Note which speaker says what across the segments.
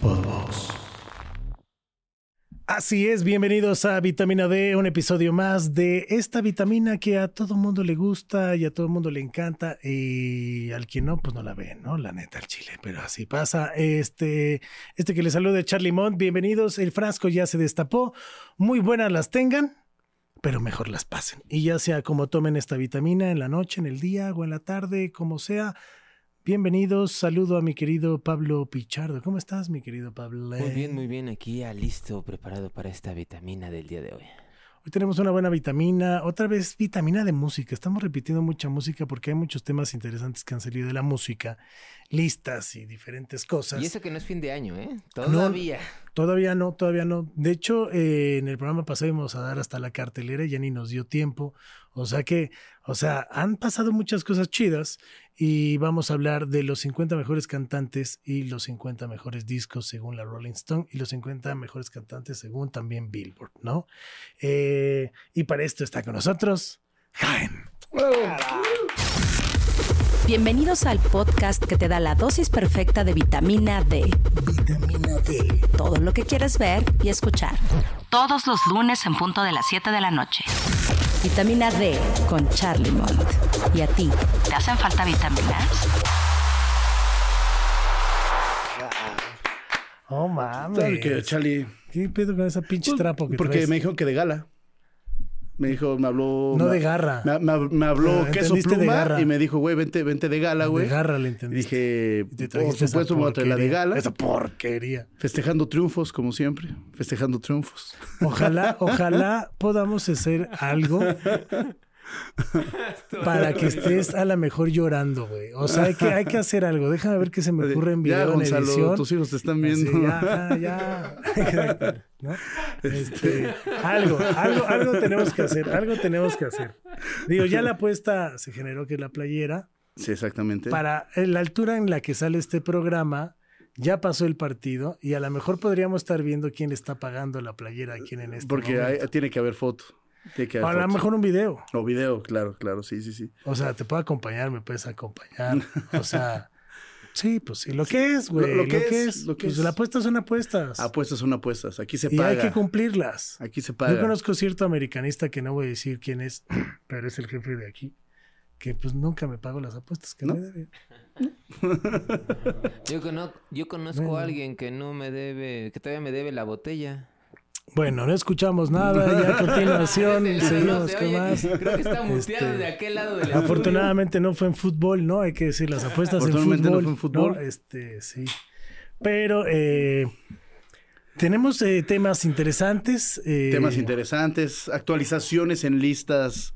Speaker 1: Podbox. Así es, bienvenidos a Vitamina D, un episodio más de esta vitamina que a todo mundo le gusta y a todo mundo le encanta y al que no, pues no la ve, ¿no? La neta, al chile, pero así pasa. Este, este que les saluda Charlie Mont, bienvenidos, el frasco ya se destapó, muy buenas las tengan, pero mejor las pasen. Y ya sea como tomen esta vitamina, en la noche, en el día o en la tarde, como sea, bienvenidos, saludo a mi querido Pablo Pichardo. ¿Cómo estás, mi querido Pablo?
Speaker 2: Muy bien, muy bien. Aquí ya listo, preparado para esta vitamina del día de hoy.
Speaker 1: Hoy tenemos una buena vitamina, otra vez vitamina de música. Estamos repitiendo mucha música porque hay muchos temas interesantes que han salido de la música, listas y diferentes cosas.
Speaker 2: Y eso que no es fin de año, ¿eh? Todavía.
Speaker 1: Todavía no, todavía no. De hecho, eh, en el programa pasado íbamos a dar hasta la cartelera y ya ni nos dio tiempo. O sea que, o sea, han pasado muchas cosas chidas y vamos a hablar de los 50 mejores cantantes y los 50 mejores discos según la Rolling Stone y los 50 mejores cantantes según también Billboard, ¿no? Eh, y para esto está con nosotros Jaén.
Speaker 3: Bienvenidos al podcast que te da la dosis perfecta de vitamina D.
Speaker 1: Vitamina D.
Speaker 3: Todo lo que quieres ver y escuchar. Todos los lunes en punto de las 7 de la noche. Vitamina D con Charlie Mont. ¿Y a ti? ¿Te hacen falta vitaminas?
Speaker 1: Oh,
Speaker 4: Tal que
Speaker 1: mames.
Speaker 4: Charlie. Pues,
Speaker 1: ¿Qué pedo con esa pinche trapo que
Speaker 4: Porque
Speaker 1: traes?
Speaker 4: me dijo que de gala. Me dijo, me habló.
Speaker 1: No
Speaker 4: me-
Speaker 1: de garra.
Speaker 4: Me, me- me habló
Speaker 1: Ah,
Speaker 4: queso
Speaker 1: entendiste de garra.
Speaker 4: pluma y me dijo, güey, vente, vente de gala, güey.
Speaker 1: De garra le
Speaker 4: Y
Speaker 1: entendí.
Speaker 4: dije, por supuesto me voy a traer la de gala.
Speaker 1: Esa porquería.
Speaker 4: Festejando triunfos, como siempre. Festejando triunfos.
Speaker 1: Ojalá, ojalá podamos hacer algo para que estés a la mejor llorando, güey. O sea, hay que, hay que hacer algo. Déjame ver qué se me ocurre en video, en
Speaker 4: ya, Gonzalo,
Speaker 1: edición.
Speaker 4: tus hijos te
Speaker 1: Así,
Speaker 4: están viendo.
Speaker 1: ya, ya, ya. Exacto, ¿no? Este, algo, algo, algo tenemos que hacer, algo tenemos que hacer. Digo, ya la apuesta se generó que es la playera.
Speaker 4: Sí, exactamente.
Speaker 1: Para eh, la altura en la que sale este programa, ya pasó el partido y a lo mejor podríamos estar viendo quién está pagando la playera a quién en este
Speaker 4: Porque hay-
Speaker 1: momento.
Speaker 4: tiene que haber foto. Tiene que
Speaker 1: O a
Speaker 4: haber
Speaker 1: lo
Speaker 4: foto.
Speaker 1: mejor un video.
Speaker 4: O video, claro, claro, sí, sí, sí.
Speaker 1: O sea, te puedo acompañar, me puedes acompañar. O sea, sí, pues sí, lo que es, güey.
Speaker 4: Lo-
Speaker 1: Lo, que, es,
Speaker 4: lo que
Speaker 1: Pues
Speaker 4: es.
Speaker 1: las apuestas son apuestas.
Speaker 4: Apuestas son apuestas. Aquí se
Speaker 1: y
Speaker 4: paga.
Speaker 1: hay que cumplirlas.
Speaker 4: Aquí se paga.
Speaker 1: Yo conozco cierto americanista que no voy a decir quién es, pero es el jefe de aquí, que pues nunca me pago las apuestas que
Speaker 4: ¿No?
Speaker 1: me debe.
Speaker 2: Yo, cono- yo conozco
Speaker 1: Bueno.
Speaker 2: a alguien que no me debe, que todavía me debe la botella.
Speaker 1: Bueno, no escuchamos nada y a continuación
Speaker 2: Ah, ese- no
Speaker 1: seguimos
Speaker 2: se
Speaker 1: con
Speaker 2: oye.
Speaker 1: más.
Speaker 2: Creo que está muteado
Speaker 1: Este,
Speaker 2: de aquel lado del estudio.
Speaker 1: Afortunadamente no fue en fútbol, ¿no? Hay que decir, las apuestas en fútbol.
Speaker 4: Afortunadamente no fue en fútbol.
Speaker 1: ¿no? Este, sí. Pero eh, tenemos eh, temas interesantes. eh,
Speaker 4: temas interesantes, actualizaciones en listas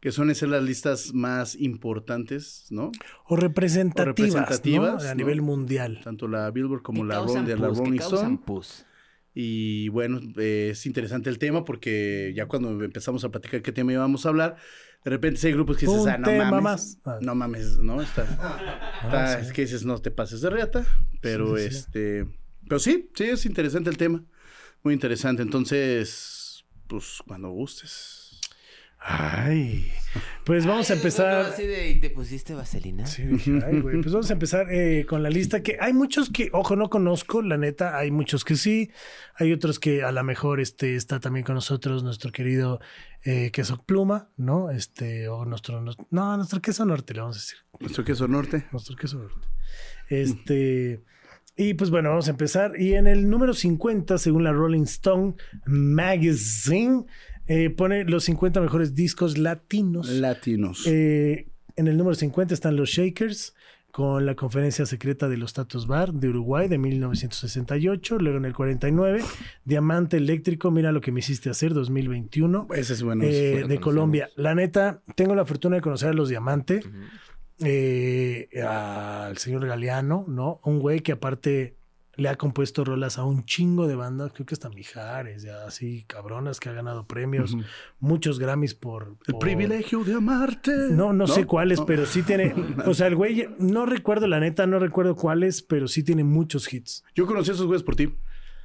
Speaker 4: que suelen ser las listas más importantes, ¿no?
Speaker 1: O representativas,
Speaker 4: O representativas,
Speaker 1: ¿no? A
Speaker 4: ¿no?
Speaker 1: nivel mundial.
Speaker 4: Tanto la Billboard como
Speaker 2: Que
Speaker 4: la,
Speaker 2: causan
Speaker 4: Rolling- la
Speaker 2: pus, que
Speaker 4: Rolling
Speaker 2: causan
Speaker 4: Stone.
Speaker 2: pus.
Speaker 4: Y bueno, eh, es interesante el tema porque ya cuando empezamos a platicar qué tema íbamos a hablar, de repente sí hay grupos que dices,
Speaker 1: Un
Speaker 4: ah, no
Speaker 1: tema
Speaker 4: mames,
Speaker 1: más. Ah.
Speaker 4: no mames, no, está, está-
Speaker 1: sí.
Speaker 4: Ah, es que dices, no te pases de reata, pero
Speaker 1: Sí, sí, sí.
Speaker 4: este, pero sí, sí, es interesante el tema, muy interesante, entonces, pues cuando gustes.
Speaker 1: Ay. Pues vamos a
Speaker 2: Ay, no, no,
Speaker 1: empezar.
Speaker 2: así de, ¿y te pusiste vaselina?
Speaker 1: Sí, dije, ay, güey. Pues vamos a empezar eh, con la lista que hay muchos que, ojo, no conozco, la neta, hay muchos que sí, hay otros que a lo mejor este, está también con nosotros nuestro querido eh, queso pluma, ¿no? Este, o nuestro, nos- no, nuestro queso norte, le vamos a decir,
Speaker 4: Nuestro queso norte.
Speaker 1: nuestro queso norte. Este, y pues bueno, vamos a empezar. Y en el número 50, según la Rolling Stone Magazine, eh, pone los 50 mejores discos latinos.
Speaker 4: Latinos.
Speaker 1: Eh, en el número 50 están los Shakers con la conferencia secreta de los Tatos Bar de Uruguay de 1968, luego en el 49, Diamante Eléctrico, mira lo que me hiciste hacer, 2021,
Speaker 4: Ese es bueno.
Speaker 1: eh,
Speaker 4: ese es bueno.
Speaker 1: de Colombia. La neta, tengo la fortuna de conocer a los Diamante, eh, al señor Galeano, ¿no? Un güey que aparte le ha compuesto rolas a un chingo de bandas, creo que hasta Mijares, ya así cabronas que ha ganado premios,
Speaker 4: Ujú.
Speaker 1: muchos Grammys por...
Speaker 4: El
Speaker 1: por-
Speaker 4: privilegio de amarte.
Speaker 1: no, no, sé
Speaker 4: cuál
Speaker 1: cuáles,
Speaker 4: es,
Speaker 1: pero sí tiene. O sea, el güey, no recuerdo la neta, no recuerdo cuáles, pero sí tiene muchos hits.
Speaker 4: Yo conocí a esos güeyes por ti.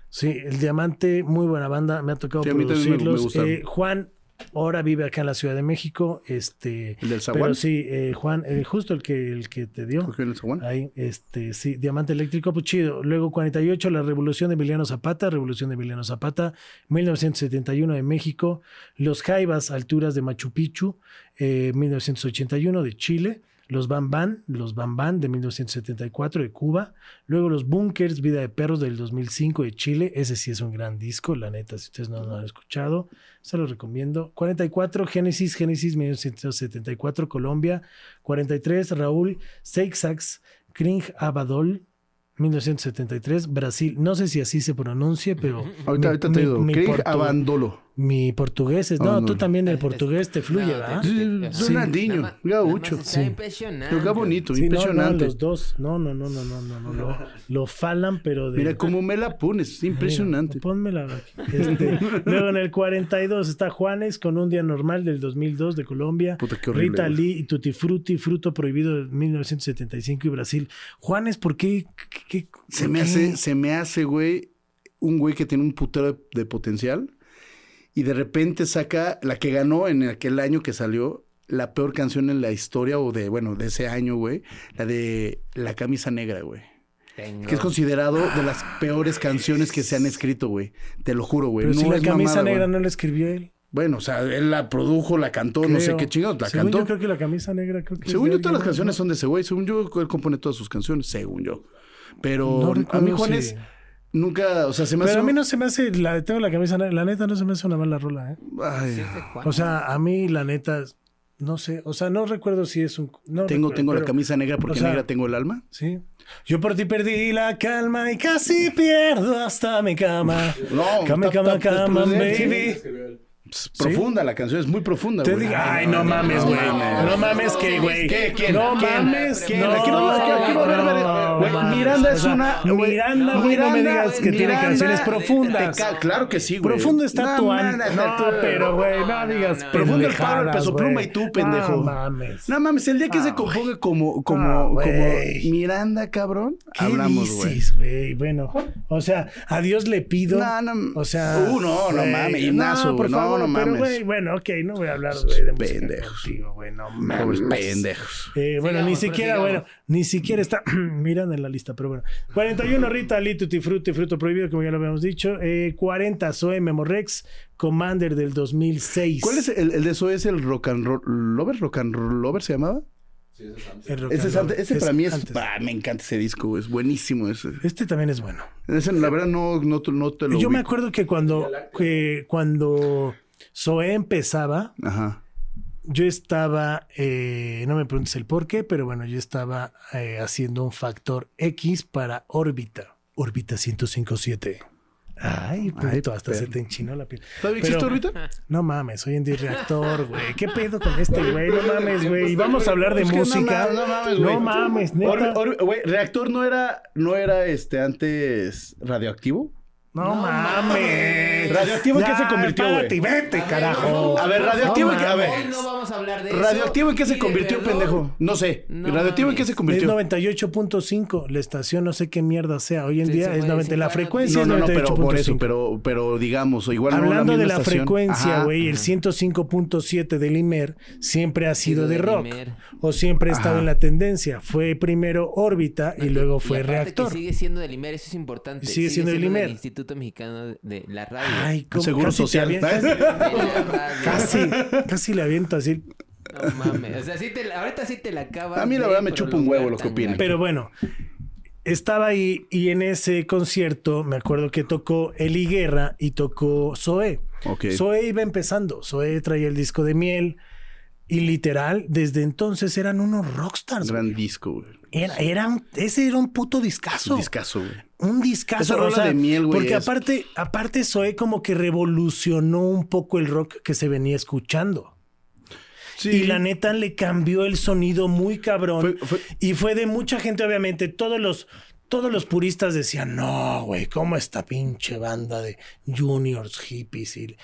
Speaker 1: Sí, El Diamante, muy buena banda, me ha tocado
Speaker 4: Sí, a mí también me- me
Speaker 1: producirlos.
Speaker 4: gustaron.
Speaker 1: Eh, Juan, Ahora vive acá en la Ciudad de México. Este,
Speaker 4: ¿El del zaguán?
Speaker 1: pero sí, eh, Juan, eh, justo el que, el que te dio.
Speaker 4: ¿Por qué en el zaguán?
Speaker 1: Ahí, este, sí, Diamante Eléctrico, pues chido. Luego 48, la Revolución de Emiliano Zapata, Revolución de Emiliano Zapata, 1971 de México, Los Jaivas, Alturas de Machu Picchu, eh, 1981 de Chile, Los Bambán, Los Bambán de 1974 de Cuba, luego Los Bunkers, Vida de Perros del 2005 de Chile, ese sí es un gran disco, la neta, si ustedes no lo han escuchado, se lo recomiendo. 44, Génesis, Génesis 1974, Colombia, 43, Raúl Seixax, Kring Abadol, 1973, Brasil. No sé si así se pronuncia, pero.
Speaker 4: Ahorita,
Speaker 1: mi-
Speaker 4: ahorita te
Speaker 1: mi-
Speaker 4: digo.
Speaker 1: mi
Speaker 4: Craig
Speaker 1: portu-
Speaker 4: Abandolo.
Speaker 1: Mi portugués es. No,
Speaker 4: Ah, no.
Speaker 1: tú también el portugués te fluye, ¿verdad?
Speaker 4: Sí, Ronaldinho, gaucho.
Speaker 2: Está
Speaker 1: Sí.
Speaker 2: impresionante.
Speaker 5: Ah,
Speaker 4: Pero qué bonito,
Speaker 1: Sí, no, no,
Speaker 4: impresionante.
Speaker 1: los dos. No, no, no, no, no, no, no. Lo, lo falan, pero de.
Speaker 4: Mira cómo me la pones, impresionante.
Speaker 1: Mira, pónmela aquí. Este, luego en el 42 está Juanes con Un Día Normal del 2002 de Colombia.
Speaker 4: Puta, qué horrible,
Speaker 1: Rita
Speaker 4: güey.
Speaker 1: Lee y Tutti Frutti, Fruto Prohibido de 1975 y Brasil. Juanes, ¿por qué? ¿Qué- qué-
Speaker 4: Se
Speaker 1: por
Speaker 4: me
Speaker 1: qué?
Speaker 4: hace, se me hace, güey, un güey que tiene un putero de, de potencial y de repente saca la que ganó en aquel año que salió la peor canción en la historia o de, bueno, de ese año, güey, la de La camisa negra, güey.
Speaker 2: Tengo-
Speaker 4: Que es considerado de las peores canciones que se han escrito, güey. Te lo juro, güey.
Speaker 1: Ah, Pero si la
Speaker 4: es
Speaker 1: camisa
Speaker 4: mamada,
Speaker 1: negra
Speaker 4: güey.
Speaker 1: no la escribió él.
Speaker 4: Bueno, o sea, él la produjo, la cantó, no sé
Speaker 1: Creo.
Speaker 4: qué chingados, la
Speaker 1: Según
Speaker 4: cantó.
Speaker 1: Yo creo que la camisa negra creo que
Speaker 4: Según
Speaker 1: es de
Speaker 4: yo, todas las
Speaker 1: alguien
Speaker 4: canciones
Speaker 1: más,
Speaker 4: son de ese güey. Según yo, él compone todas sus canciones, según yo. Pero
Speaker 1: No
Speaker 4: a mí,
Speaker 1: recuerdo
Speaker 4: Juanes,
Speaker 1: si-
Speaker 4: nunca, o sea, se me hace.
Speaker 1: Pero a mí
Speaker 4: un-
Speaker 1: no se me hace la de tengo la camisa negra, la neta no se me hace una mala rola, ¿eh?
Speaker 4: Ay,
Speaker 1: O sea, a mí la neta no sé, o sea, no recuerdo si es un no
Speaker 4: tengo
Speaker 1: recuerdo,
Speaker 4: tengo la
Speaker 1: pero-
Speaker 4: camisa negra porque
Speaker 1: o sea,
Speaker 4: negra tengo el alma.
Speaker 1: Sí. Yo por ti perdí la calma y casi pierdo hasta mi cama.
Speaker 4: No,
Speaker 1: cama,
Speaker 4: ta-
Speaker 1: cama,
Speaker 4: ta- ta-
Speaker 1: cama,
Speaker 4: ta-
Speaker 1: baby.
Speaker 4: Es Profunda la canción, es muy profunda,
Speaker 1: Te
Speaker 4: güey.
Speaker 1: digo, ay, no mames, güey. No mames, que, güey.
Speaker 4: ¿Qué? ¿Quién?
Speaker 1: No
Speaker 4: ¿Quién?
Speaker 1: mames,
Speaker 4: ¿Quién?
Speaker 1: no,
Speaker 4: La quiero ver, quiero- quiero ver, ver,
Speaker 1: no
Speaker 4: güey,
Speaker 1: mames.
Speaker 4: Miranda es
Speaker 1: O sea,
Speaker 4: una. güey,
Speaker 1: Miranda, güey, no me digas que tiene
Speaker 4: Miranda,
Speaker 1: canciones profundas.
Speaker 4: te ca- Claro que sí, güey.
Speaker 1: Profundo está tu
Speaker 4: man,
Speaker 1: alma.
Speaker 4: está
Speaker 1: No,
Speaker 4: tu-
Speaker 1: pero güey, no digas.
Speaker 4: Profundo el paro, el
Speaker 1: pendejadas,
Speaker 4: peso pluma
Speaker 1: güey.
Speaker 4: y tú, pendejo.
Speaker 1: No mames.
Speaker 4: No mames, el día que se componga como, como,
Speaker 1: Ah,
Speaker 4: como
Speaker 1: güey.
Speaker 4: Miranda, cabrón,
Speaker 1: ¿Qué
Speaker 4: hablamos, güey.
Speaker 1: dices, güey? Bueno, o sea, a Dios le pido.
Speaker 4: No, no,
Speaker 1: o sea,
Speaker 4: uh, no, no
Speaker 1: güey,
Speaker 4: mames, Ignacio,
Speaker 1: por
Speaker 4: no,
Speaker 1: favor,
Speaker 4: no
Speaker 1: Pero,
Speaker 4: mames.
Speaker 1: güey, bueno, ok, no voy a hablar güey, de música
Speaker 4: Pendejos.
Speaker 1: contigo, güey, no
Speaker 4: Pobres
Speaker 1: mames.
Speaker 4: pendejos.
Speaker 1: Eh, bueno, ni
Speaker 2: Sigamos,
Speaker 1: siquiera,
Speaker 2: prosigamos.
Speaker 1: bueno, ni siquiera está Miranda en la lista, pero bueno. 41 Rita Lee, Tutti Frutti, Fruto Prohibido, como ya lo habíamos dicho. Eh, 40 Zoe Memorex, Commander del 2006.
Speaker 4: ¿Cuál es el, el de eso? ¿Es el Rock and Roll Lover? ¿Rock and Roll Lover se llamaba?
Speaker 1: El rock
Speaker 4: Ese,
Speaker 1: and
Speaker 4: es
Speaker 1: roll.
Speaker 4: antes- ese para mí es.
Speaker 1: antes.
Speaker 4: Ah, me encanta ese disco, güey, es buenísimo ese.
Speaker 1: Este también es bueno.
Speaker 4: Ese, la verdad, no, no, te- no te lo.
Speaker 1: Yo me
Speaker 4: ubico.
Speaker 1: acuerdo que cuando, que cuando Zoe empezaba,
Speaker 4: Ajá.
Speaker 1: yo estaba, eh, no me preguntes el por qué, pero bueno, yo estaba eh, haciendo un factor X para órbita. Órbita 1057. Ay, puto, hasta
Speaker 4: perro.
Speaker 1: se te enchinó la piel.
Speaker 4: ¿Todavía
Speaker 1: Pero-
Speaker 4: existe ahorita?
Speaker 1: No mames, soy en reactor, güey. ¿Qué pedo con este güey? No mames, güey. Y Vamos a hablar de
Speaker 4: pues, Es que no
Speaker 1: música.
Speaker 4: mames, no mames, güey.
Speaker 1: No mames,
Speaker 4: Orbe-
Speaker 1: neta.
Speaker 4: Orbe- Güey, reactor no era, no era este antes radioactivo.
Speaker 1: No mames.
Speaker 4: Radioactivo, ¿en qué
Speaker 1: Ya,
Speaker 4: se convirtió, güey?
Speaker 1: párate y Vete, carajo.
Speaker 4: A ver, radioactivo,
Speaker 1: No
Speaker 4: a ver.
Speaker 1: mames.
Speaker 2: Hoy no vamos a hablar de eso.
Speaker 4: ¿Radioactivo en qué se
Speaker 2: Pide
Speaker 4: convirtió,
Speaker 2: perdón.
Speaker 4: pendejo? No sé.
Speaker 2: No
Speaker 4: ¿Radioactivo en qué
Speaker 2: mames.
Speaker 4: se
Speaker 1: Es
Speaker 4: convirtió?
Speaker 1: 98.5, la estación no sé qué mierda sea. Hoy en
Speaker 2: Sí,
Speaker 1: día
Speaker 2: se
Speaker 1: es
Speaker 2: puede
Speaker 1: 90, la
Speaker 2: decir,
Speaker 1: frecuencia
Speaker 4: No, no, no,
Speaker 1: es 98.5.
Speaker 4: pero por eso, pero, pero digamos, igual no
Speaker 1: Hablando de
Speaker 4: misma
Speaker 1: la
Speaker 4: estación.
Speaker 1: frecuencia,
Speaker 4: Ajá.
Speaker 1: güey, el 105.7 del IMER siempre ha sido
Speaker 2: Sido
Speaker 1: de
Speaker 2: del
Speaker 1: rock
Speaker 2: Imer.
Speaker 1: o siempre ha estado
Speaker 4: Ajá.
Speaker 1: en la tendencia. Fue primero órbita y luego fue
Speaker 2: aparte
Speaker 1: reactor.
Speaker 2: Que sigue siendo del IMER, eso es importante.
Speaker 1: Y sigue siendo del IMER.
Speaker 2: Instituto Mexicano de la Radio.
Speaker 1: Ay, cómo-
Speaker 4: Seguro
Speaker 1: casi te
Speaker 4: social.
Speaker 1: avien-
Speaker 2: De la radio.
Speaker 1: Casi, casi le aviento así.
Speaker 2: No mames. O sea, sí te la- ahorita sí te la acabas.
Speaker 4: A mí la
Speaker 2: de
Speaker 4: verdad me chupa un
Speaker 2: prolongar
Speaker 4: huevo lo que
Speaker 2: tan
Speaker 4: opinen.
Speaker 2: largo.
Speaker 1: Pero bueno, estaba ahí y en ese concierto me acuerdo que tocó Eli Guerra y tocó Zoé.
Speaker 4: Ok.
Speaker 1: Zoé iba empezando. Zoé traía el disco de miel. Y literal, desde entonces eran unos rockstars. güey.
Speaker 4: Gran disco, güey.
Speaker 1: Era, era un- ese era un puto
Speaker 4: Es
Speaker 1: discazo.
Speaker 4: un discazo, güey.
Speaker 1: Un discazo.
Speaker 4: Esa rola de miel, güey,
Speaker 1: Porque
Speaker 4: es-
Speaker 1: aparte, aparte Zoé como que revolucionó un poco el rock que se venía escuchando.
Speaker 4: Sí.
Speaker 1: Y la neta le cambió el sonido muy cabrón.
Speaker 4: Fue- fue-
Speaker 1: Y fue de mucha gente, obviamente. Todos los, todos los puristas decían, no, güey, ¿cómo esta pinche banda de juniors, hippies? Y,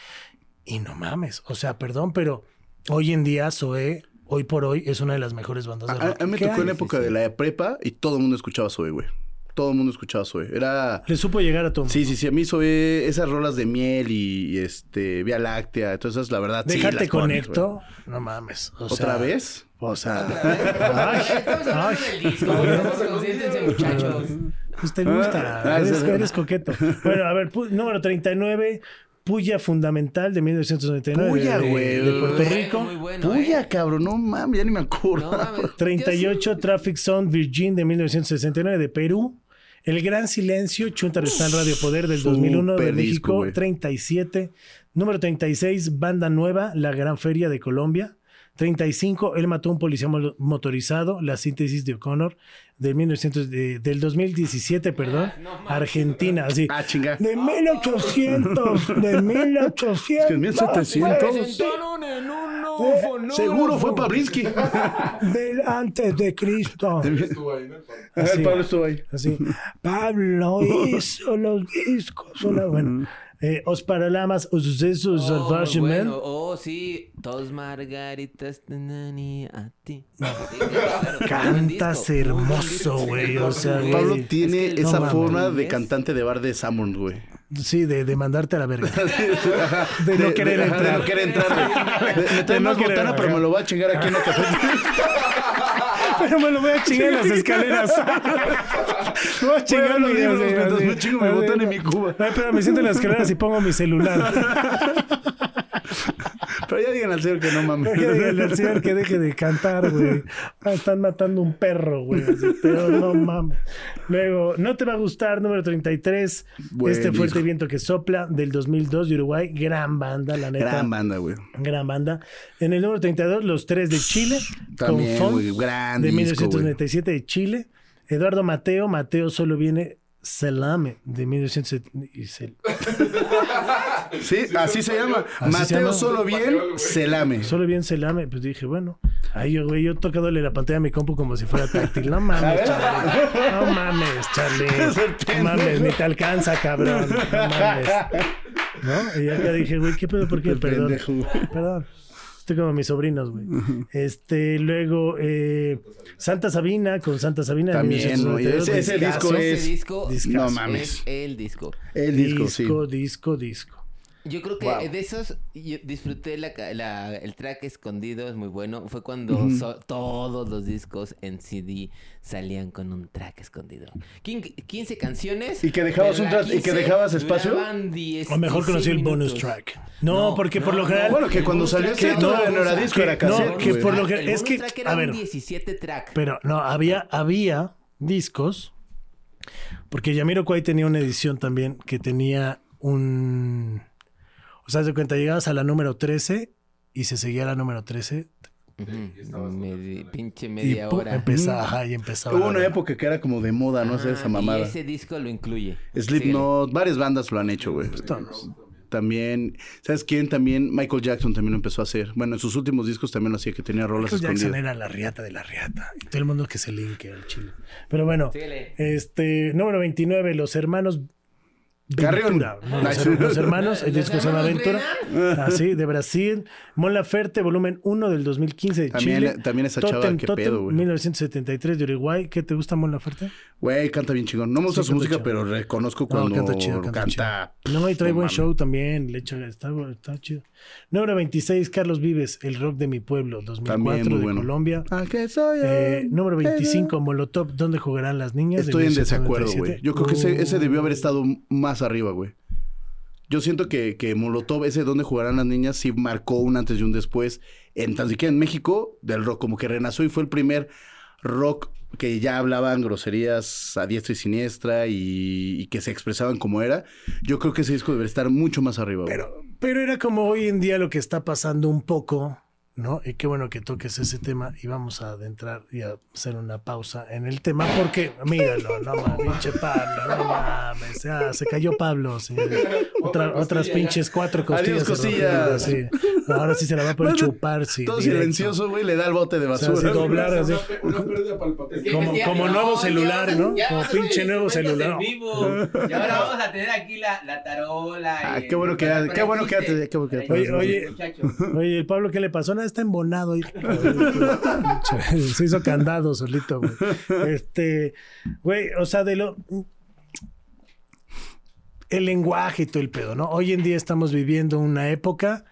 Speaker 1: y no mames. O sea, perdón, pero hoy en día Zoé, hoy por hoy, es una de las mejores bandas de
Speaker 4: A,
Speaker 1: rock.
Speaker 4: a mí me
Speaker 1: que
Speaker 4: tocó en
Speaker 1: hay.
Speaker 4: la época de la prepa y todo el mundo escuchaba Zoe, güey. todo el mundo escuchaba Zoe. Era.
Speaker 1: Le supo llegar a todo.
Speaker 4: Sí, sí, sí. A mí Zoe, esas rolas de miel y, y este, Vía Láctea, entonces la verdad. sí,
Speaker 1: Dejarte
Speaker 4: las pones, güey.
Speaker 1: conecto. No mames. o
Speaker 4: ¿Otra
Speaker 1: sea,
Speaker 4: vez?
Speaker 1: O sea. ay,
Speaker 5: Estamos
Speaker 1: ay.
Speaker 5: hablando del disco, ¿no? Consiéntense, muchachos.
Speaker 1: Pues te gusta,
Speaker 4: Ah,
Speaker 1: eres,
Speaker 4: sí, sí.
Speaker 1: eres coqueto. Bueno, a ver, pu- número 39, Puya Fundamental de 1999.
Speaker 4: Puya,
Speaker 1: de-
Speaker 4: güey.
Speaker 1: De Puerto
Speaker 4: Bueno,
Speaker 1: Rico.
Speaker 5: Muy bueno.
Speaker 4: Puya,
Speaker 5: ¿eh?
Speaker 4: cabrón, no mames, ya ni me acuerdo.
Speaker 5: No mames.
Speaker 1: 38, Traffic Sound Virgin de 1969 de Perú. El Gran Silencio, Chunta Restal Radio Poder del 2001 de
Speaker 4: Súper disco,
Speaker 1: México.
Speaker 4: güey.
Speaker 1: 37. Número 36, Banda Nueva, La Gran Feria de Colombia. 35, Él mató a un policía mo- motorizado, La síntesis de O'Connor del, 1900 de- del 2017, perdón. Argentina, así.
Speaker 4: Ah, chinga.
Speaker 1: De 1800, de 1800.
Speaker 4: Que en 1700.
Speaker 5: Presentaron en un fonógrafo.
Speaker 4: Seguro fue Pablinsky.
Speaker 1: Del antes de Cristo. Así.
Speaker 4: Pablo estuvo ahí.
Speaker 1: Así. Pablo hizo los discos. Una, bueno. Eh, os paralamas, os sucesos,
Speaker 5: Oh, muy
Speaker 1: salvaje man.
Speaker 5: bueno. Oh, sí. Dos margaritas de nani a ti. Sí, claro, claro. Buen disco.
Speaker 1: Cantas hermoso, güey. O sea, güey.
Speaker 4: Pablo
Speaker 1: Sí,
Speaker 4: tiene
Speaker 5: es que no
Speaker 4: esa
Speaker 1: mames.
Speaker 4: forma de cantante de bar de Sammons, güey.
Speaker 1: Sí, de, de mandarte a la verga. De no querer
Speaker 4: ajá, De
Speaker 1: entrar.
Speaker 4: no querer entrar. güey. De- Me trae
Speaker 1: De no
Speaker 4: más
Speaker 1: querer,
Speaker 4: botana, pero
Speaker 1: ajá.
Speaker 4: me lo va a chingar aquí en la café.
Speaker 1: Pero me lo voy a chingar en las escaleras. Me voy a chingar
Speaker 4: Voy a ver los
Speaker 1: mi-
Speaker 4: libros
Speaker 1: así,
Speaker 4: mientras
Speaker 1: así.
Speaker 4: me chingo mi
Speaker 1: Así,
Speaker 4: botana y
Speaker 1: no.
Speaker 4: mi cuba.
Speaker 1: Ay, pero me siento en las escaleras y pongo mi celular.
Speaker 4: Pero ya digan al señor que no mames.
Speaker 1: Que diga el señor que deje de cantar, güey. Ah, están matando un perro, güey. Así, Pero no mames. Luego, No te va a gustar, número 33.
Speaker 4: Buen
Speaker 1: este fuerte
Speaker 4: disco.
Speaker 1: viento que sopla del 2002 de Uruguay. Gran banda, la neta.
Speaker 4: Gran banda, güey.
Speaker 1: Gran banda. En el número 32, Los Tres de Chile.
Speaker 4: También,
Speaker 1: con Funk,
Speaker 4: güey, gran
Speaker 1: De
Speaker 4: disco,
Speaker 1: 1997 de Chile. Eduardo Mateo. Mateo solo viene Selame de 1997.
Speaker 4: Sí, así
Speaker 1: Así
Speaker 4: se llama.
Speaker 1: se llama.
Speaker 4: Mateo Solo Bien se lame.
Speaker 1: Solo bien se lame. Pues dije, bueno, ahí yo, güey, yo tocándole la pantalla a mi compu como si fuera táctil. No mames, Charlie. No mames, Charlie. No mames, ni te alcanza, cabrón. No mames. ¿No? Y acá dije, güey, ¿qué pedo? ¿Por qué?
Speaker 4: Qué
Speaker 1: Perdón.
Speaker 4: pendejo, güey.
Speaker 1: Perdón. Estoy como mis sobrinos, güey. Este, luego, eh, Santa Sabina con Santa Sabina. de
Speaker 4: También, güey.
Speaker 1: 1992,
Speaker 4: Ese, ese
Speaker 1: discazo.
Speaker 4: disco
Speaker 5: Ese
Speaker 4: es.
Speaker 5: disco
Speaker 4: No
Speaker 1: discazo.
Speaker 5: Es
Speaker 4: mames.
Speaker 5: el disco.
Speaker 4: El disco, sí.
Speaker 1: Disco, disco, disco.
Speaker 5: Yo creo que de esos yo disfruté la, ca- la- el track escondido, es muy bueno. Fue cuando so- todos los discos en CD salían con un track escondido. Quin- 15 canciones.
Speaker 4: Y que dejabas
Speaker 5: pero
Speaker 4: un
Speaker 5: la
Speaker 4: track- y que
Speaker 5: 15
Speaker 4: dejabas espacio.
Speaker 5: duraban 10,
Speaker 1: O mejor conocido el
Speaker 5: 16
Speaker 1: bonus
Speaker 5: minutos.
Speaker 1: track. No, porque por lo general-
Speaker 4: Bueno, que cuando salió
Speaker 1: este, todavía no era disco, era cassette,
Speaker 5: No,
Speaker 1: que
Speaker 5: bonus
Speaker 1: por lo
Speaker 5: track-
Speaker 1: que-
Speaker 5: el
Speaker 1: es
Speaker 5: bonus
Speaker 1: que-
Speaker 5: track
Speaker 1: a
Speaker 5: eran
Speaker 1: ver.
Speaker 5: 17 track.
Speaker 1: Pero no, había, había discos. Porque Yamiroquai tenía una edición también que tenía un. O sea, haz de cuenta, llegabas a la número 13 y se seguía la número 13
Speaker 5: Ujú. Medi- pinche
Speaker 1: y
Speaker 5: media
Speaker 1: pum,
Speaker 5: hora.
Speaker 1: empezaba, ajá, y empezaba.
Speaker 4: Hubo
Speaker 1: la
Speaker 4: una
Speaker 1: de-
Speaker 4: época que era como de moda, ¿no? Hacer
Speaker 5: Ah,
Speaker 4: esa mamada.
Speaker 5: Y ese disco lo incluye.
Speaker 4: Slipknot, varias bandas lo han hecho, güey.
Speaker 1: Pues todos.
Speaker 4: También, ¿sabes quién? También Michael Jackson también lo empezó a hacer. Bueno, en sus últimos discos también lo hacía, que tenía rolas
Speaker 1: Michael Jackson
Speaker 4: escondidas.
Speaker 1: era la riata de la riata. Y todo el mundo que se linke al chile. Pero bueno,
Speaker 5: Síguele.
Speaker 1: este, número 29, los hermanos.
Speaker 4: Carrión.
Speaker 1: Ventura. No, los, los hermanos, el disco se llama
Speaker 5: hermanos
Speaker 1: Ventura. Así, de Brasil. Mon Laferte, volumen 1 del 2015 de
Speaker 4: También-
Speaker 1: Chile.
Speaker 4: también esa chava, qué pedo, güey.
Speaker 1: 1973 de Uruguay. ¿Qué te gusta Mon Laferte?
Speaker 4: Güey, canta bien chingón. No me gusta
Speaker 1: Sí,
Speaker 4: su
Speaker 1: canta
Speaker 4: música,
Speaker 1: chido.
Speaker 4: pero reconozco
Speaker 1: No,
Speaker 4: cuando
Speaker 1: canta chido, canta
Speaker 4: canta.
Speaker 1: chido. No, y trae
Speaker 4: no
Speaker 1: buen
Speaker 4: mames.
Speaker 1: show también. Le echa- está, bu- está chido. Número 26, Carlos Vives, El Rock de mi Pueblo, 2004
Speaker 4: También muy
Speaker 1: de
Speaker 4: bueno.
Speaker 1: Colombia.
Speaker 4: Ah, que soy
Speaker 1: Eh,
Speaker 4: un
Speaker 1: número
Speaker 4: pedo.
Speaker 1: 25, Molotov, ¿dónde jugarán las niñas? de
Speaker 4: Estoy en desacuerdo,
Speaker 1: 1997.
Speaker 4: güey. Yo creo que ese, ese
Speaker 1: Uh,
Speaker 4: debió haber estado más arriba, güey. Yo siento que, que Molotov, ese donde jugarán las niñas, sí marcó un antes y un después, en tan siquiera en México, del rock, como que renació y fue el primer rock que ya hablaban groserías a diestra y siniestra y, y que se expresaban como era. Yo creo que ese disco debería estar mucho más arriba, güey.
Speaker 1: Pero, pero era como hoy en día lo que está pasando un poco, ¿no? Y qué bueno que toques ese tema y vamos a adentrar y a hacer una pausa en el tema porque, míralo, no mames, pinche Pablo, no mames, ya, se cayó Pablo, señores. Otra- otras pinches cuatro costillas.
Speaker 4: Adiós,
Speaker 1: se
Speaker 4: costillas.
Speaker 1: rompieron, sí. Ahora sí se la va a poder
Speaker 4: Bueno,
Speaker 1: chupar, sí.
Speaker 4: Todo
Speaker 1: directo.
Speaker 4: silencioso, güey, le da el bote de
Speaker 1: O sea,
Speaker 4: basura.
Speaker 1: así doblar, así.
Speaker 6: Una pérdida para el papel.
Speaker 1: Como,
Speaker 5: Ya,
Speaker 1: como
Speaker 5: no,
Speaker 1: nuevo
Speaker 5: ya,
Speaker 1: celular, ¿no?
Speaker 5: ya
Speaker 1: Como
Speaker 5: vas a
Speaker 1: pinche
Speaker 5: hacer
Speaker 1: nuevo
Speaker 5: descuentos en
Speaker 1: celular.
Speaker 5: vivo. Y ahora vamos a tener aquí la, la tarola.
Speaker 4: Ah,
Speaker 5: y-
Speaker 4: qué bueno que-
Speaker 5: para- para
Speaker 4: qué bueno
Speaker 5: el
Speaker 4: que-
Speaker 5: chiste.
Speaker 4: qué bueno que-
Speaker 5: Para el
Speaker 1: Oye,
Speaker 5: chiste, muchachos.
Speaker 1: Oye, el Pablo, ¿qué le pasó? No, nada, está embonado. ahí. Se hizo candado solito, güey. Este, güey, o sea, de lo... El lenguaje y todo el pedo, ¿no? Hoy en día estamos viviendo una época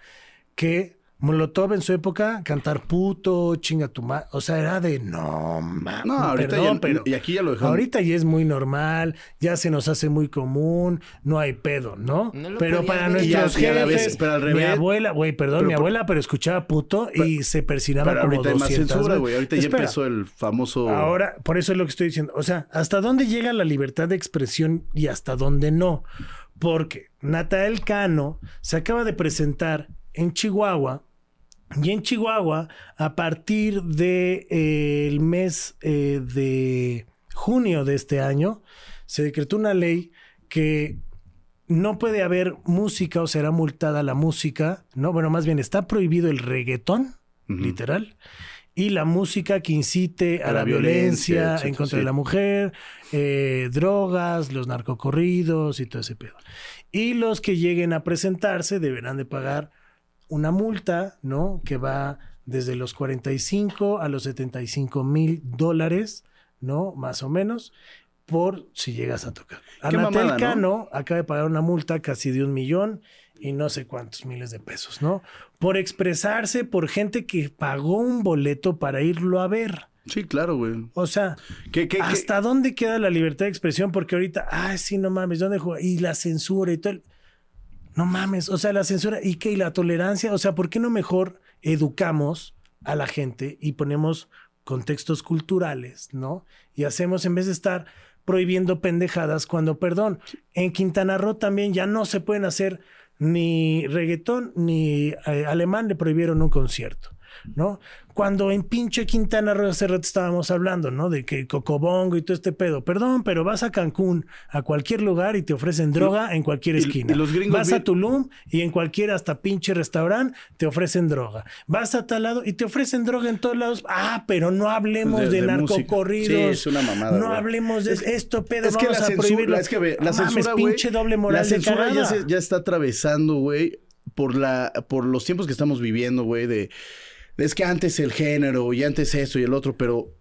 Speaker 1: que Molotov en su época, cantar puto, chinga tu madre, o sea, era de no mames.
Speaker 4: No, ahorita
Speaker 1: perdón,
Speaker 4: ya,
Speaker 1: pero
Speaker 4: y aquí ya lo dejamos.
Speaker 1: ahorita ya es muy normal, ya se nos hace muy común, no hay pedo, ¿no?
Speaker 5: No lo
Speaker 1: pero
Speaker 5: podía
Speaker 1: para
Speaker 5: ver.
Speaker 1: nuestros
Speaker 4: Y a- y a la
Speaker 1: jefes,
Speaker 4: vez, pero al
Speaker 1: mi
Speaker 4: revés.
Speaker 1: abuela, güey, perdón,
Speaker 4: Pero
Speaker 1: mi
Speaker 4: por-
Speaker 1: abuela, pero escuchaba puto y se persinaba
Speaker 4: Pero
Speaker 1: como
Speaker 4: ahorita hay más
Speaker 1: 200
Speaker 4: censura,
Speaker 1: veces.
Speaker 4: güey. Ahorita ya
Speaker 1: Espera,
Speaker 4: empezó el famoso.
Speaker 1: Ahora, por eso es lo que estoy diciendo. O sea, ¿hasta dónde llega la libertad de expresión y hasta dónde no? Porque Natael Cano se acaba de presentar en Chihuahua y en Chihuahua a partir de eh, el mes eh, de junio de este año se decretó una ley que no puede haber música o será multada la música, no, bueno, más bien está prohibido el reggaetón,
Speaker 4: Ujú.
Speaker 1: literal, y la música que incite a la,
Speaker 4: la
Speaker 1: violencia,
Speaker 4: violencia,
Speaker 1: en
Speaker 4: etcétera,
Speaker 1: contra de
Speaker 4: sí.
Speaker 1: la mujer, eh, drogas, los narcocorridos y todo ese pedo. Y los que lleguen a presentarse deberán de pagar una multa, ¿no? Que va desde los 45 a los 75 mil dólares, ¿no? Más o menos, por si llegas a tocar. Anatel
Speaker 4: mamada, ¿no?
Speaker 1: Cano acaba de pagar una multa casi de un millón y no sé cuántos miles de pesos, ¿no? Por expresarse por gente que pagó un boleto para irlo a ver.
Speaker 4: Sí, claro, güey.
Speaker 1: O sea,
Speaker 4: ¿Qué, qué, qué?
Speaker 1: ¿Hasta dónde queda la libertad de expresión? Porque ahorita, ay, sí, no mames, ¿dónde juega? Y la censura y todo. el- No mames, o sea, la censura y que la tolerancia, o sea, ¿por qué no mejor educamos a la gente y ponemos contextos culturales, ¿no? Y hacemos en vez de estar prohibiendo pendejadas cuando, perdón, en Quintana Roo también ya no se pueden hacer ni reggaetón ni eh, alemán, le prohibieron un concierto. ¿no? Cuando en pinche Quintana Roo hace rato estábamos hablando, ¿no? De que Cocobongo y todo este pedo. Perdón, pero vas a Cancún, a cualquier lugar y te ofrecen droga en cualquier
Speaker 4: y-
Speaker 1: esquina.
Speaker 4: y los gringos
Speaker 1: vas a
Speaker 4: vi-
Speaker 1: Tulum y en cualquier hasta pinche restaurante te ofrecen droga. Vas a tal lado y te ofrecen droga en todos lados. Ah, pero no hablemos de,
Speaker 4: De- de
Speaker 1: narcocorridos.
Speaker 4: música. Sí, es una mamada,
Speaker 1: No
Speaker 4: güey.
Speaker 1: hablemos de esto, pedo.
Speaker 4: Es que la
Speaker 1: vamos a
Speaker 4: censura,
Speaker 1: prohibirlo.
Speaker 4: es que ve, la
Speaker 1: No mames,
Speaker 4: censura, güey,
Speaker 1: pinche doble moral
Speaker 4: la
Speaker 1: de
Speaker 4: censura ya,
Speaker 1: cagada.
Speaker 4: se- ya está atravesando, güey, por la, por los tiempos que estamos viviendo, güey, de es que antes el género y antes esto y el otro, pero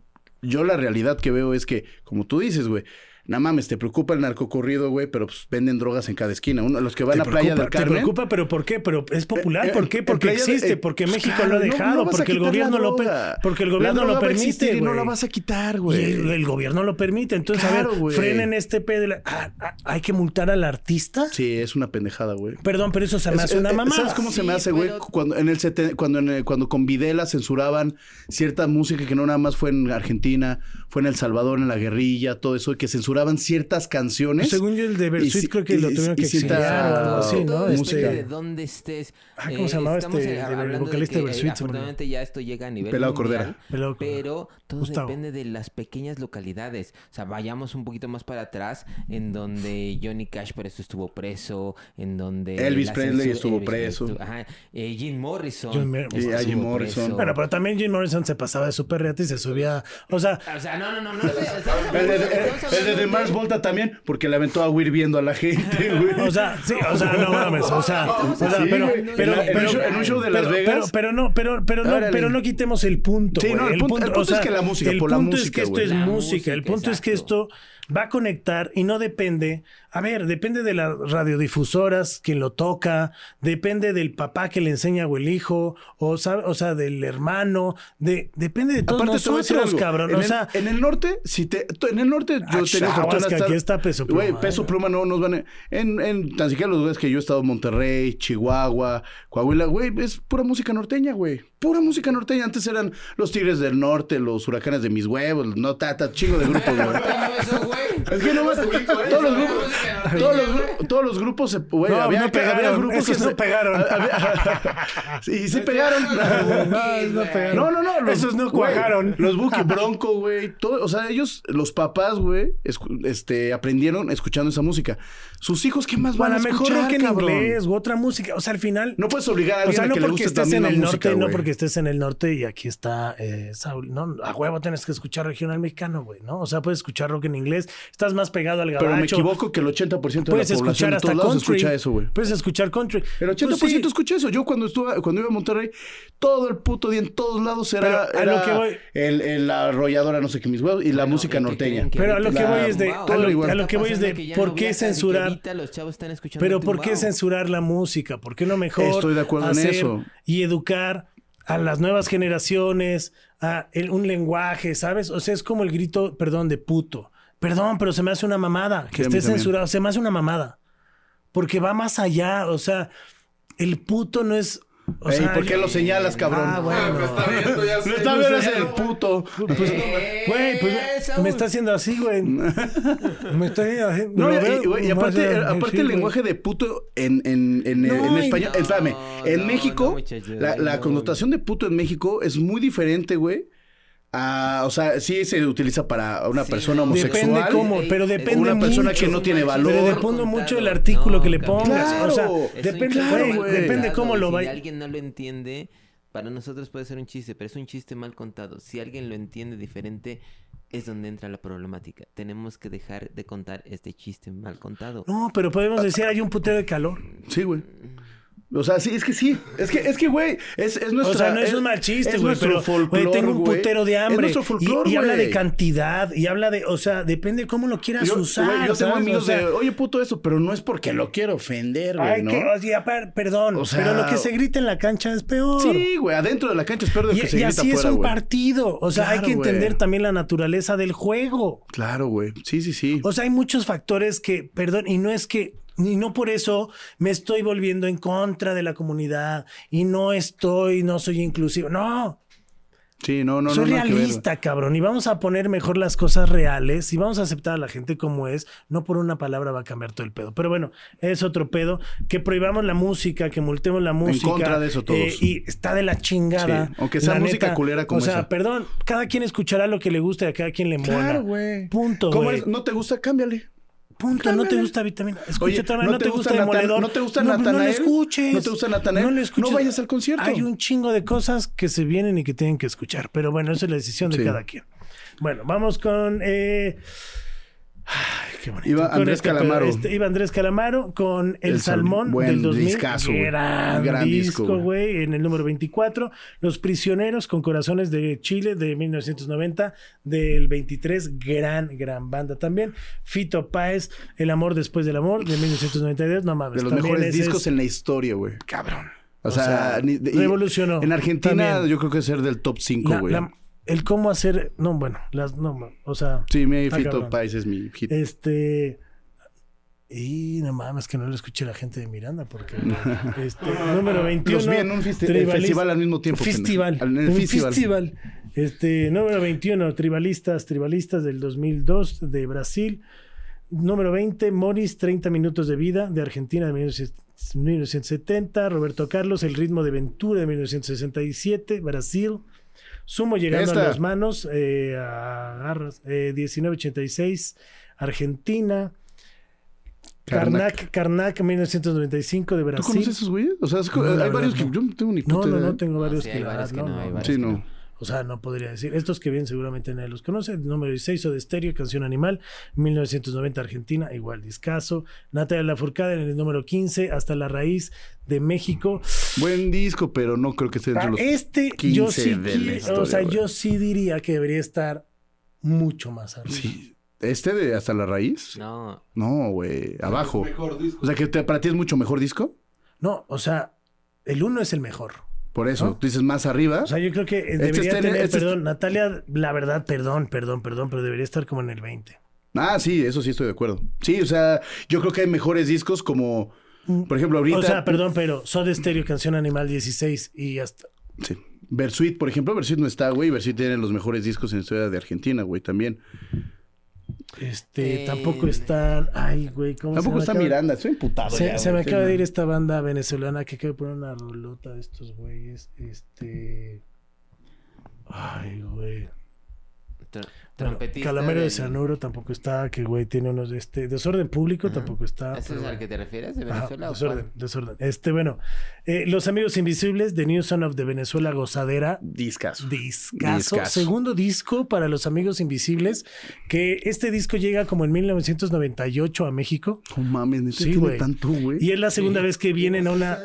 Speaker 4: yo la realidad que veo es que, como tú dices, güey, no mames, te preocupa el narcocorrido, güey, pero pues, venden drogas en cada esquina. Uno, los que van
Speaker 1: Te
Speaker 4: a Playa del
Speaker 1: preocupa,
Speaker 4: Carmen.
Speaker 1: Te preocupa, pero ¿por qué? Pero es popular,
Speaker 4: Eh,
Speaker 1: ¿por qué?
Speaker 4: eh,
Speaker 1: Porque
Speaker 4: en Playa de-
Speaker 1: existe,
Speaker 4: eh,
Speaker 1: porque
Speaker 4: pues,
Speaker 1: México
Speaker 4: claro,
Speaker 1: lo ha
Speaker 4: no- no
Speaker 1: dejado,
Speaker 4: vas a
Speaker 1: porque el
Speaker 4: quitar la
Speaker 1: gobierno lo per-
Speaker 4: droga.
Speaker 1: porque el
Speaker 4: La
Speaker 1: gobierno
Speaker 4: droga
Speaker 1: lo
Speaker 4: va a
Speaker 1: permite,
Speaker 4: existir y no
Speaker 1: güey.
Speaker 4: la vas a quitar,
Speaker 1: Y
Speaker 4: güey.
Speaker 1: el, el gobierno lo permite. Entonces, a
Speaker 4: Claro,
Speaker 1: ver,
Speaker 4: güey.
Speaker 1: frenen este pedo. y la- ah, ah, ¿Hay que multar al artista?
Speaker 4: Sí, es una pendejada, güey.
Speaker 1: Perdón, pero eso se me
Speaker 4: Es-
Speaker 1: hace una
Speaker 4: eh,
Speaker 1: mamada.
Speaker 4: ¿Sabes cómo se me
Speaker 5: Sí,
Speaker 4: hace, güey?
Speaker 5: pero-
Speaker 4: Cuando en el sete- cuando en el- cuando con Videla censuraban cierta música que no nada más fue en Argentina, fue en El Salvador, en la guerrilla, todo eso, que censuraban ciertas canciones.
Speaker 1: Pues Según yo, el de
Speaker 4: Y
Speaker 1: Bersuit
Speaker 4: si-
Speaker 1: creo que
Speaker 4: y-
Speaker 1: lo tuvieron
Speaker 4: y
Speaker 1: que
Speaker 4: sienta-
Speaker 1: exiliar o algo así, ¿no?
Speaker 5: Todo
Speaker 1: Este,
Speaker 5: depende de dónde estés.
Speaker 1: Ah, ¿cómo se llamaba
Speaker 5: estamos,
Speaker 1: este
Speaker 5: eh,
Speaker 1: del
Speaker 5: hablando
Speaker 1: vocalista
Speaker 5: que,
Speaker 1: de Bersuit?
Speaker 5: eh, Afortunadamente ya esto llega a nivel
Speaker 4: Pelado
Speaker 5: mundial,
Speaker 4: Cordera.
Speaker 1: Pelado Cordera.
Speaker 5: Pero todo
Speaker 1: Gustavo.
Speaker 5: depende de las pequeñas localidades. O sea, vayamos un poquito más para atrás en donde Johnny Cash por eso estuvo preso, en donde...
Speaker 4: Elvis
Speaker 5: la
Speaker 4: Presley
Speaker 5: censura-
Speaker 4: estuvo
Speaker 5: Presley
Speaker 4: preso.
Speaker 5: estuvo- ajá. Eh, Jim Morrison.
Speaker 1: Jim Morrison.
Speaker 5: estuvo
Speaker 4: Ah, Jim Morrison.
Speaker 5: preso.
Speaker 1: Bueno, pero también Jim Morrison se pasaba de su perrete y se subía. O sea,
Speaker 5: O sea, no, no, no, no. estamos hablando-
Speaker 4: El de, el-
Speaker 5: estamos
Speaker 4: el de
Speaker 5: hablando
Speaker 4: The Mars Volta también, porque le aventó a huir viendo a la gente, güey.
Speaker 1: O sea, sí, o sea, no mames, o sea, o sea,
Speaker 4: Sí,
Speaker 1: pero,
Speaker 4: güey.
Speaker 1: pero,
Speaker 4: En un
Speaker 1: pero-
Speaker 4: show- en un show de Las
Speaker 1: pero-
Speaker 4: Vegas.
Speaker 1: pero- pero no, pero, pero no,
Speaker 4: Órale.
Speaker 1: pero no quitemos el punto.
Speaker 4: Sí,
Speaker 1: güey.
Speaker 4: no, el punto- el punto
Speaker 1: o sea,
Speaker 4: es que la música,
Speaker 1: el
Speaker 4: por la
Speaker 1: punto es
Speaker 4: música,
Speaker 1: que esto
Speaker 4: güey.
Speaker 1: es
Speaker 5: La
Speaker 1: música, el
Speaker 5: música,
Speaker 1: punto es que esto
Speaker 5: exacto.
Speaker 1: va a conectar y no depende, a ver, depende de las radiodifusoras, quien lo toca, depende del papá que le enseña o el hijo, o sabe, o sea, del hermano, de, depende de todos
Speaker 4: Aparte, te voy a decir
Speaker 1: nosotros,
Speaker 4: algo.
Speaker 1: cabrón,
Speaker 4: En,
Speaker 1: o
Speaker 4: el,
Speaker 1: sea,
Speaker 4: en el norte, si te, tú- en el norte
Speaker 1: Ah,
Speaker 4: yo tenía
Speaker 1: chavas,
Speaker 4: fortuna
Speaker 1: que
Speaker 4: estar-
Speaker 1: aquí está Peso Pluma,
Speaker 4: Güey, peso
Speaker 1: ¿eh?
Speaker 4: pluma no nos van a. En, en tan siquiera los lugares que yo he estado, Monterrey, Chihuahua, Coahuila, güey, es pura música norteña, güey. Pura música norteña. Antes eran los Tigres del Norte, los Huracanes de mis huevos, no tata, chingo de grupos, güey. Es que no más, todos los grupos, todos los, gru- todos los grupos se, güey,
Speaker 1: No,
Speaker 4: había,
Speaker 1: no
Speaker 4: había
Speaker 1: pegaron,
Speaker 4: grupos
Speaker 1: esos
Speaker 4: que
Speaker 1: no
Speaker 4: se-
Speaker 1: pegaron.
Speaker 4: había- sí, sí
Speaker 6: Ah,
Speaker 4: pegaron.
Speaker 1: no, no pegaron.
Speaker 4: No, no, no.
Speaker 1: Esos no
Speaker 4: güey,
Speaker 1: cuajaron.
Speaker 4: los Buki Bronco, güey. todo- O sea, ellos, los papás, güey, escu- este, aprendieron escuchando esa música. Sus hijos, ¿qué más
Speaker 1: o a
Speaker 4: van a,
Speaker 1: lo mejor
Speaker 4: escuchar,
Speaker 1: rock en
Speaker 4: cabrón?
Speaker 1: inglés u otra música, o sea, al final
Speaker 4: No puedes obligar
Speaker 1: O
Speaker 4: a alguien
Speaker 1: sea,
Speaker 4: a
Speaker 1: no
Speaker 4: que le
Speaker 1: porque
Speaker 4: guste
Speaker 1: estés
Speaker 4: también
Speaker 1: en
Speaker 4: la
Speaker 1: el
Speaker 4: música,
Speaker 1: norte, no
Speaker 4: güey.
Speaker 1: porque estés en el norte y aquí está eh, Saúl. No, a huevo tienes que escuchar regional mexicano, güey, ¿no? O sea, puedes escuchar rock en inglés, estás más pegado al gabacho.
Speaker 4: Pero me equivoco que el 80% de
Speaker 1: Puedes
Speaker 4: la
Speaker 1: escuchar
Speaker 4: población de
Speaker 1: hasta
Speaker 4: todos lados
Speaker 1: country.
Speaker 4: escucha eso, güey.
Speaker 1: Puedes escuchar country.
Speaker 4: El 80%
Speaker 1: Pues sí,
Speaker 4: escucha eso. Yo cuando estuve, cuando iba a Monterrey, todo el puto día en todos lados era,
Speaker 1: Pero a lo
Speaker 4: era
Speaker 1: que voy-
Speaker 4: el, el- la arrolladora, no sé qué mis huevos, y la
Speaker 5: Bueno, ¿y
Speaker 4: música
Speaker 5: qué
Speaker 4: norteña.
Speaker 5: creen que
Speaker 1: Pero a lo que
Speaker 5: ahorita
Speaker 1: voy es de-
Speaker 5: tumbao?
Speaker 1: a lo-
Speaker 5: Está
Speaker 4: a
Speaker 1: lo que voy es
Speaker 5: pasando
Speaker 1: de,
Speaker 5: que ya
Speaker 1: ¿por
Speaker 5: no
Speaker 1: qué
Speaker 5: viajan y que
Speaker 1: censurar?
Speaker 5: ahorita los chavos están escuchando
Speaker 1: Pero ¿por qué
Speaker 5: tumbao?
Speaker 1: censurar la música? ¿Por qué no mejor
Speaker 4: Estoy de acuerdo en
Speaker 1: hacer
Speaker 4: eso.
Speaker 1: y educar a las nuevas generaciones, a el- un lenguaje, ¿sabes? O sea, es como el grito, perdón, de puto. Perdón, pero se me hace una mamada que
Speaker 4: Sí, a mí
Speaker 1: esté
Speaker 4: también.
Speaker 1: censurado, se me hace una mamada. Porque va más allá, o sea, el puto no es o
Speaker 4: Ey,
Speaker 1: sea,
Speaker 4: ¿Por qué
Speaker 1: yo-
Speaker 4: lo señalas, cabrón? pues,
Speaker 1: Ah, bueno.
Speaker 6: viendo, ya
Speaker 4: Lo
Speaker 6: sé.
Speaker 4: está viendo ese el puto.
Speaker 1: Pues, güey, pues,
Speaker 5: Esa,
Speaker 1: me
Speaker 5: güey.
Speaker 1: está haciendo así, güey. Me está haciendo.
Speaker 4: No,
Speaker 1: lo
Speaker 4: y,
Speaker 1: veo,
Speaker 4: y- güey, y
Speaker 1: no
Speaker 4: aparte, eh,
Speaker 1: sé,
Speaker 4: aparte
Speaker 1: sí,
Speaker 4: el
Speaker 1: güey.
Speaker 4: lenguaje de puto en, en, en,
Speaker 1: No,
Speaker 4: en
Speaker 1: y-
Speaker 4: español,
Speaker 5: No,
Speaker 4: espérame, en
Speaker 5: no, no,
Speaker 4: México,
Speaker 5: muchachos,
Speaker 4: la, la
Speaker 5: no.
Speaker 4: connotación de puto en México es muy diferente, güey. a- o sea, sí se utiliza para una
Speaker 5: Sí,
Speaker 4: persona
Speaker 5: no,
Speaker 4: homosexual. eh,
Speaker 1: Depende cómo, pero
Speaker 5: o
Speaker 1: depende
Speaker 4: una persona
Speaker 1: mucho.
Speaker 4: que no tiene valor.
Speaker 1: Pero depende mucho del artículo que le
Speaker 5: cabrón.
Speaker 1: pongas.
Speaker 4: Claro.
Speaker 1: o sea,
Speaker 4: Eso
Speaker 5: Es
Speaker 1: depende,
Speaker 5: un chiste
Speaker 1: güey,
Speaker 5: mal
Speaker 1: depende
Speaker 5: contado,
Speaker 1: cómo
Speaker 5: y
Speaker 1: lo
Speaker 5: Si
Speaker 1: vaya.
Speaker 5: alguien no lo entiende, para nosotros puede ser un chiste, pero es un chiste mal contado. Si alguien lo entiende diferente, es donde entra la problemática. Tenemos que dejar de contar este chiste mal contado.
Speaker 1: No, pero podemos decir, hay un putero de calor.
Speaker 4: Sí, güey. O sea, sí, es que sí. Es que, es que, güey, es, es nuestra...
Speaker 1: o sea, no es, un mal chiste, güey, pero
Speaker 4: folclore,
Speaker 1: güey, tengo un
Speaker 4: güey.
Speaker 1: putero de
Speaker 4: Es
Speaker 1: hambre.
Speaker 4: nuestro folclore,
Speaker 1: y, y habla de
Speaker 4: güey.
Speaker 1: cantidad, y habla de, o sea, depende cómo lo quieras
Speaker 4: Yo,
Speaker 1: usar.
Speaker 4: güey, yo tengo
Speaker 1: ¿sabes?
Speaker 4: amigos
Speaker 1: O sea,
Speaker 4: de, oye, puto, eso, pero no es porque lo quiero ofender, güey,
Speaker 1: Ay,
Speaker 4: ¿no?
Speaker 1: que, o sea, per- perdón,
Speaker 4: O sea,
Speaker 1: pero lo que se grita en la cancha es peor.
Speaker 4: Sí, güey, adentro de la cancha es peor de lo
Speaker 1: Y,
Speaker 4: que se
Speaker 1: y
Speaker 4: grita
Speaker 1: así es
Speaker 4: afuera,
Speaker 1: un
Speaker 4: güey.
Speaker 1: partido. O sea, hay
Speaker 4: Claro,
Speaker 1: que
Speaker 4: güey.
Speaker 1: entender también la naturaleza del juego.
Speaker 4: Claro, güey. Sí, sí, sí.
Speaker 1: O sea, hay muchos factores que, perdón, y no es que, y no por eso me estoy volviendo en contra de la comunidad y no estoy, no soy inclusivo. No,
Speaker 4: Sí, no, no,
Speaker 1: soy
Speaker 4: no. nada que ver,
Speaker 1: realista, cabrón. Y vamos a poner mejor las cosas reales y vamos a aceptar a la gente como es. No por una palabra va a cambiar todo el pedo. Pero bueno, es otro pedo. Que prohibamos la música, que multemos la música. eh,
Speaker 4: contra de eso todos.
Speaker 1: y está de la chingada.
Speaker 4: Sí, aunque sea
Speaker 1: La
Speaker 4: música culera como
Speaker 1: O sea,
Speaker 4: esa.
Speaker 1: perdón, cada quien escuchará lo que le gusta y a cada quien le
Speaker 4: güey.
Speaker 1: mola.
Speaker 4: Claro, güey.
Speaker 1: Punto,
Speaker 4: ¿Cómo
Speaker 1: güey.
Speaker 4: eres? ¿No te gusta? Cámbiale.
Speaker 1: Punto, no te
Speaker 4: Cámbiale.
Speaker 1: gusta vitamina.
Speaker 4: Oye,
Speaker 1: Escucha otra vez, no, te gusta,
Speaker 4: Nathan-
Speaker 1: Demoledor.
Speaker 4: no te gusta
Speaker 1: no, No lo
Speaker 4: Natanael,
Speaker 1: escuches.
Speaker 4: no te gusta Natanael,
Speaker 1: lo
Speaker 4: no
Speaker 1: escuches.
Speaker 4: vayas al concierto.
Speaker 1: Hay un chingo de cosas que se vienen y que tienen que escuchar. Pero bueno, esa es la decisión de
Speaker 4: Sí.
Speaker 1: cada quien. Bueno, vamos con. eh, Ay, qué bonito.
Speaker 4: Iba
Speaker 1: Con
Speaker 4: Andrés
Speaker 1: este-
Speaker 4: Calamaro.
Speaker 1: este, iba Andrés Calamaro con El,
Speaker 4: El Sal-
Speaker 1: Salmón
Speaker 4: buen
Speaker 1: del 2000.
Speaker 4: discazo, güey.
Speaker 1: gran,
Speaker 4: Gran disco,
Speaker 1: disco, güey. En el número 24. Los Prisioneros con Corazones de Chile de 1990. Del 23. Gran, gran banda también. Fito Páez, El Amor Después del Amor de 1992. No mames.
Speaker 4: De los
Speaker 1: Pues también
Speaker 4: mejores
Speaker 1: ese
Speaker 4: discos
Speaker 1: es-
Speaker 4: en la historia, güey. Cabrón. O,
Speaker 1: O
Speaker 4: sea,
Speaker 1: sea,
Speaker 4: ni- de- y-
Speaker 1: revolucionó.
Speaker 4: En Argentina
Speaker 1: También.
Speaker 4: yo creo que ser del top 5,
Speaker 1: la-
Speaker 4: güey.
Speaker 1: la- el cómo hacer. No, bueno, las. No, ma- o sea.
Speaker 4: Sí, mi
Speaker 1: Ah,
Speaker 4: Fito
Speaker 1: cabrón.
Speaker 4: Páez es mi hit.
Speaker 1: Este. Y no mames, que no lo escuché la gente de Miranda, porque. este, número 21.
Speaker 4: Los vi en un festi- eh,
Speaker 1: tribalista-
Speaker 4: festival al mismo tiempo, pendejo.
Speaker 1: Festival.
Speaker 4: Al- en el
Speaker 1: un
Speaker 4: festival.
Speaker 1: Este, número 21, Tribalistas, Tribalistas del 2002 de Brasil. Número 20, Morris, 30 minutos de vida de Argentina de 19- 1970. Roberto Carlos, El ritmo de Ventura de 1967, Brasil. Sumo llegando
Speaker 4: Esta.
Speaker 1: a las manos, eh, a garras, eh, 1986, Argentina. Karnak, Karnak, 1995 de
Speaker 4: ¿Tú
Speaker 1: Brasil.
Speaker 4: conoces esos güeyes? O sea, es que-
Speaker 1: No, la
Speaker 4: hay
Speaker 1: verdad,
Speaker 4: varios que
Speaker 1: no.
Speaker 4: yo no tengo ni
Speaker 1: No,
Speaker 4: puta
Speaker 1: no,
Speaker 4: idea.
Speaker 1: no, tengo varios
Speaker 5: Ah, sí,
Speaker 1: que
Speaker 5: hay
Speaker 1: la
Speaker 5: varios
Speaker 1: verdad,
Speaker 5: que no, hay varios.
Speaker 4: Sí, no.
Speaker 1: O sea, no podría decir. Estos que bien seguramente nadie los conoce. El número 16, o de Estéreo, Canción Animal, 1990 Argentina, igual discaso. Natalia Lafourcade en el número 15, Hasta la Raíz de México.
Speaker 4: Buen disco, pero no creo que esté
Speaker 1: Ah,
Speaker 4: entre los...
Speaker 1: este, yo
Speaker 4: 15
Speaker 1: sí,
Speaker 4: de la
Speaker 1: qui-
Speaker 4: historia,
Speaker 1: o sea,
Speaker 4: güey.
Speaker 1: yo sí diría que debería estar mucho más arriba.
Speaker 4: Sí. ¿Este de Hasta la Raíz?
Speaker 5: No,
Speaker 4: No, güey. Abajo.
Speaker 6: Mejor disco.
Speaker 4: O sea, que te- para ti es mucho mejor disco.
Speaker 1: No, o sea, el uno es el mejor.
Speaker 4: Por eso.
Speaker 1: ¿No?
Speaker 4: Tú dices más arriba.
Speaker 1: O sea, yo creo que eh,
Speaker 4: Este
Speaker 1: debería
Speaker 4: está en el-
Speaker 1: tener,
Speaker 4: este
Speaker 1: perdón, Natalia, la verdad, perdón, perdón, perdón, pero debería estar como en el 20.
Speaker 4: ah, sí, eso sí estoy de acuerdo. Sí, o sea, yo creo que hay mejores discos como... Por ejemplo, ahorita...
Speaker 1: O sea, perdón, pero Soda Stereo, Canción Animal 16 y hasta...
Speaker 4: Sí. Versuit, por ejemplo, Versuit no está, güey. Versuit tiene los mejores discos en la historia de Argentina, güey, también.
Speaker 1: Este,
Speaker 5: Eh,
Speaker 1: tampoco están... Ay, güey, ¿cómo
Speaker 4: Tampoco
Speaker 1: se
Speaker 4: está
Speaker 1: me acaba-
Speaker 4: Miranda. Estoy emputado
Speaker 1: Se,
Speaker 4: ya,
Speaker 1: se me
Speaker 4: güey.
Speaker 1: acaba de ir esta banda venezolana que acaba de poner una rolota de estos güeyes. Este... Ay, güey.
Speaker 5: te- Trompetista.
Speaker 1: Calamero de
Speaker 5: del-
Speaker 1: Cianuro tampoco está, que güey tiene unos de este desorden público tampoco está. pero
Speaker 5: ¿Ese es al
Speaker 1: bueno.
Speaker 5: que te refieres? ¿De
Speaker 1: Ajá,
Speaker 5: Venezuela? o
Speaker 1: desorden,
Speaker 5: cuál?
Speaker 1: desorden. Este, bueno, eh, Los Amigos Invisibles, The New Son of the Venezuela Gozadera,
Speaker 4: Discaso.
Speaker 1: Discaso,
Speaker 4: Discaso.
Speaker 1: segundo disco para los amigos invisibles, que este disco llega como en 1998 a México
Speaker 4: No mames, ¿neta
Speaker 1: Sí,
Speaker 4: tiene
Speaker 1: güey.
Speaker 4: tanto, güey?
Speaker 1: y es la segunda vez que vienen a una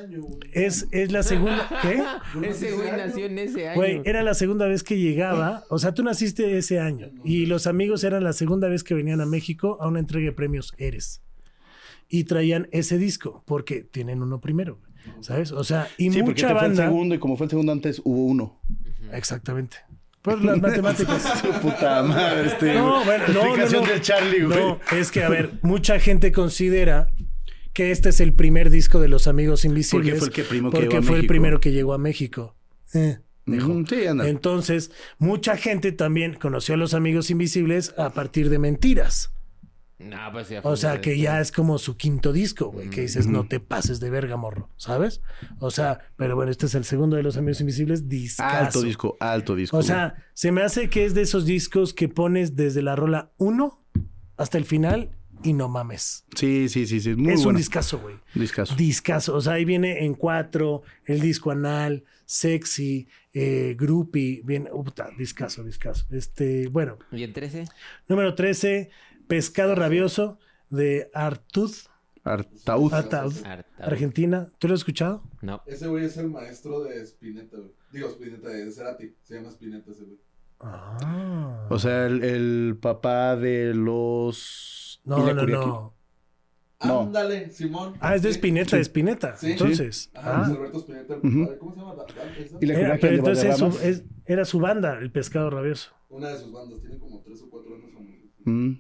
Speaker 1: es es la segunda ¿qué?
Speaker 5: Ese güey nació en ese año.
Speaker 1: Güey, era la segunda vez que llegaba, o sea, tú naciste ese año y los amigos eran la segunda vez que venían a México a una entrega de premios Eres. Y traían ese disco porque tienen uno primero, güey, ¿sabes? O sea, y
Speaker 4: Sí, porque
Speaker 1: mucha
Speaker 4: este fue el
Speaker 1: banda
Speaker 4: segundo y como fue el segundo antes, hubo uno.
Speaker 1: Exactamente. Por las matemáticas.
Speaker 4: Su puta madre, este.
Speaker 1: No,
Speaker 4: güey.
Speaker 1: bueno, no, no,
Speaker 4: Explicación
Speaker 1: no.
Speaker 4: de Charlie, güey.
Speaker 1: No, es que, a ver, mucha gente considera que este es el primer disco de Los Amigos Invisibles.
Speaker 4: Porque fue el que primo que
Speaker 1: porque
Speaker 4: llegó a
Speaker 1: fue el
Speaker 4: México.
Speaker 1: primero que llegó a México. Eh, dejó.
Speaker 4: Ujú, sí, anda.
Speaker 1: Entonces, mucha gente también conoció a Los Amigos Invisibles a partir de mentiras.
Speaker 5: No, pues ya fue
Speaker 1: O sea,
Speaker 5: una
Speaker 1: que
Speaker 5: vez.
Speaker 1: ya es como su quinto disco, güey, que dices, no te pases de verga, morro, ¿sabes? O sea, pero bueno, este es el segundo de Los Amigos Invisibles, discazo.
Speaker 4: Alto disco, alto disco.
Speaker 1: O sea, se me hace que es de esos discos que pones desde la rola 1 hasta el final y no mames.
Speaker 4: güey. Sí, sí, sí, sí. es Muy
Speaker 1: es un
Speaker 4: bueno.
Speaker 1: discazo, güey.
Speaker 4: Discaso.
Speaker 1: Discazo. O sea, ahí viene en 4, el disco anal, sexy, eh, groupie. Bien, puta, discazo, discazo. Este, bueno,
Speaker 5: ¿Y en 13?
Speaker 1: número 13, Pescado Rabioso de Artud,
Speaker 4: Artaud.
Speaker 1: Ataud,
Speaker 5: Artaud.
Speaker 1: Argentina. ¿Tú lo has escuchado?
Speaker 5: No.
Speaker 6: Ese güey es el maestro de Spinetta, güey. Digo, Spinetta, de Cerati. Se llama Spinetta ese güey.
Speaker 1: Ah.
Speaker 4: O sea, el, el papá de los. ¿Y
Speaker 1: No,
Speaker 4: la
Speaker 1: no,
Speaker 4: Curiaqui?
Speaker 1: no.
Speaker 4: No.
Speaker 6: Ándale, Simón.
Speaker 1: Ah, es de
Speaker 6: Sí.
Speaker 1: Spinetta, de Spinetta.
Speaker 6: Sí.
Speaker 1: Entonces.
Speaker 6: Ajá,
Speaker 1: ah.
Speaker 6: Luis Alberto Spinetta. el
Speaker 4: Ujú.
Speaker 6: padre. ¿Cómo se llama? ¿La- la- esa?
Speaker 4: Y la-
Speaker 1: Era, pero
Speaker 4: Curiaqui al de
Speaker 1: Eh, entonces su-
Speaker 4: Valderramas.
Speaker 1: es- era su banda, el pescado rabioso.
Speaker 6: Una de sus bandas. Tiene como tres o cuatro años. famosos.
Speaker 4: Mm.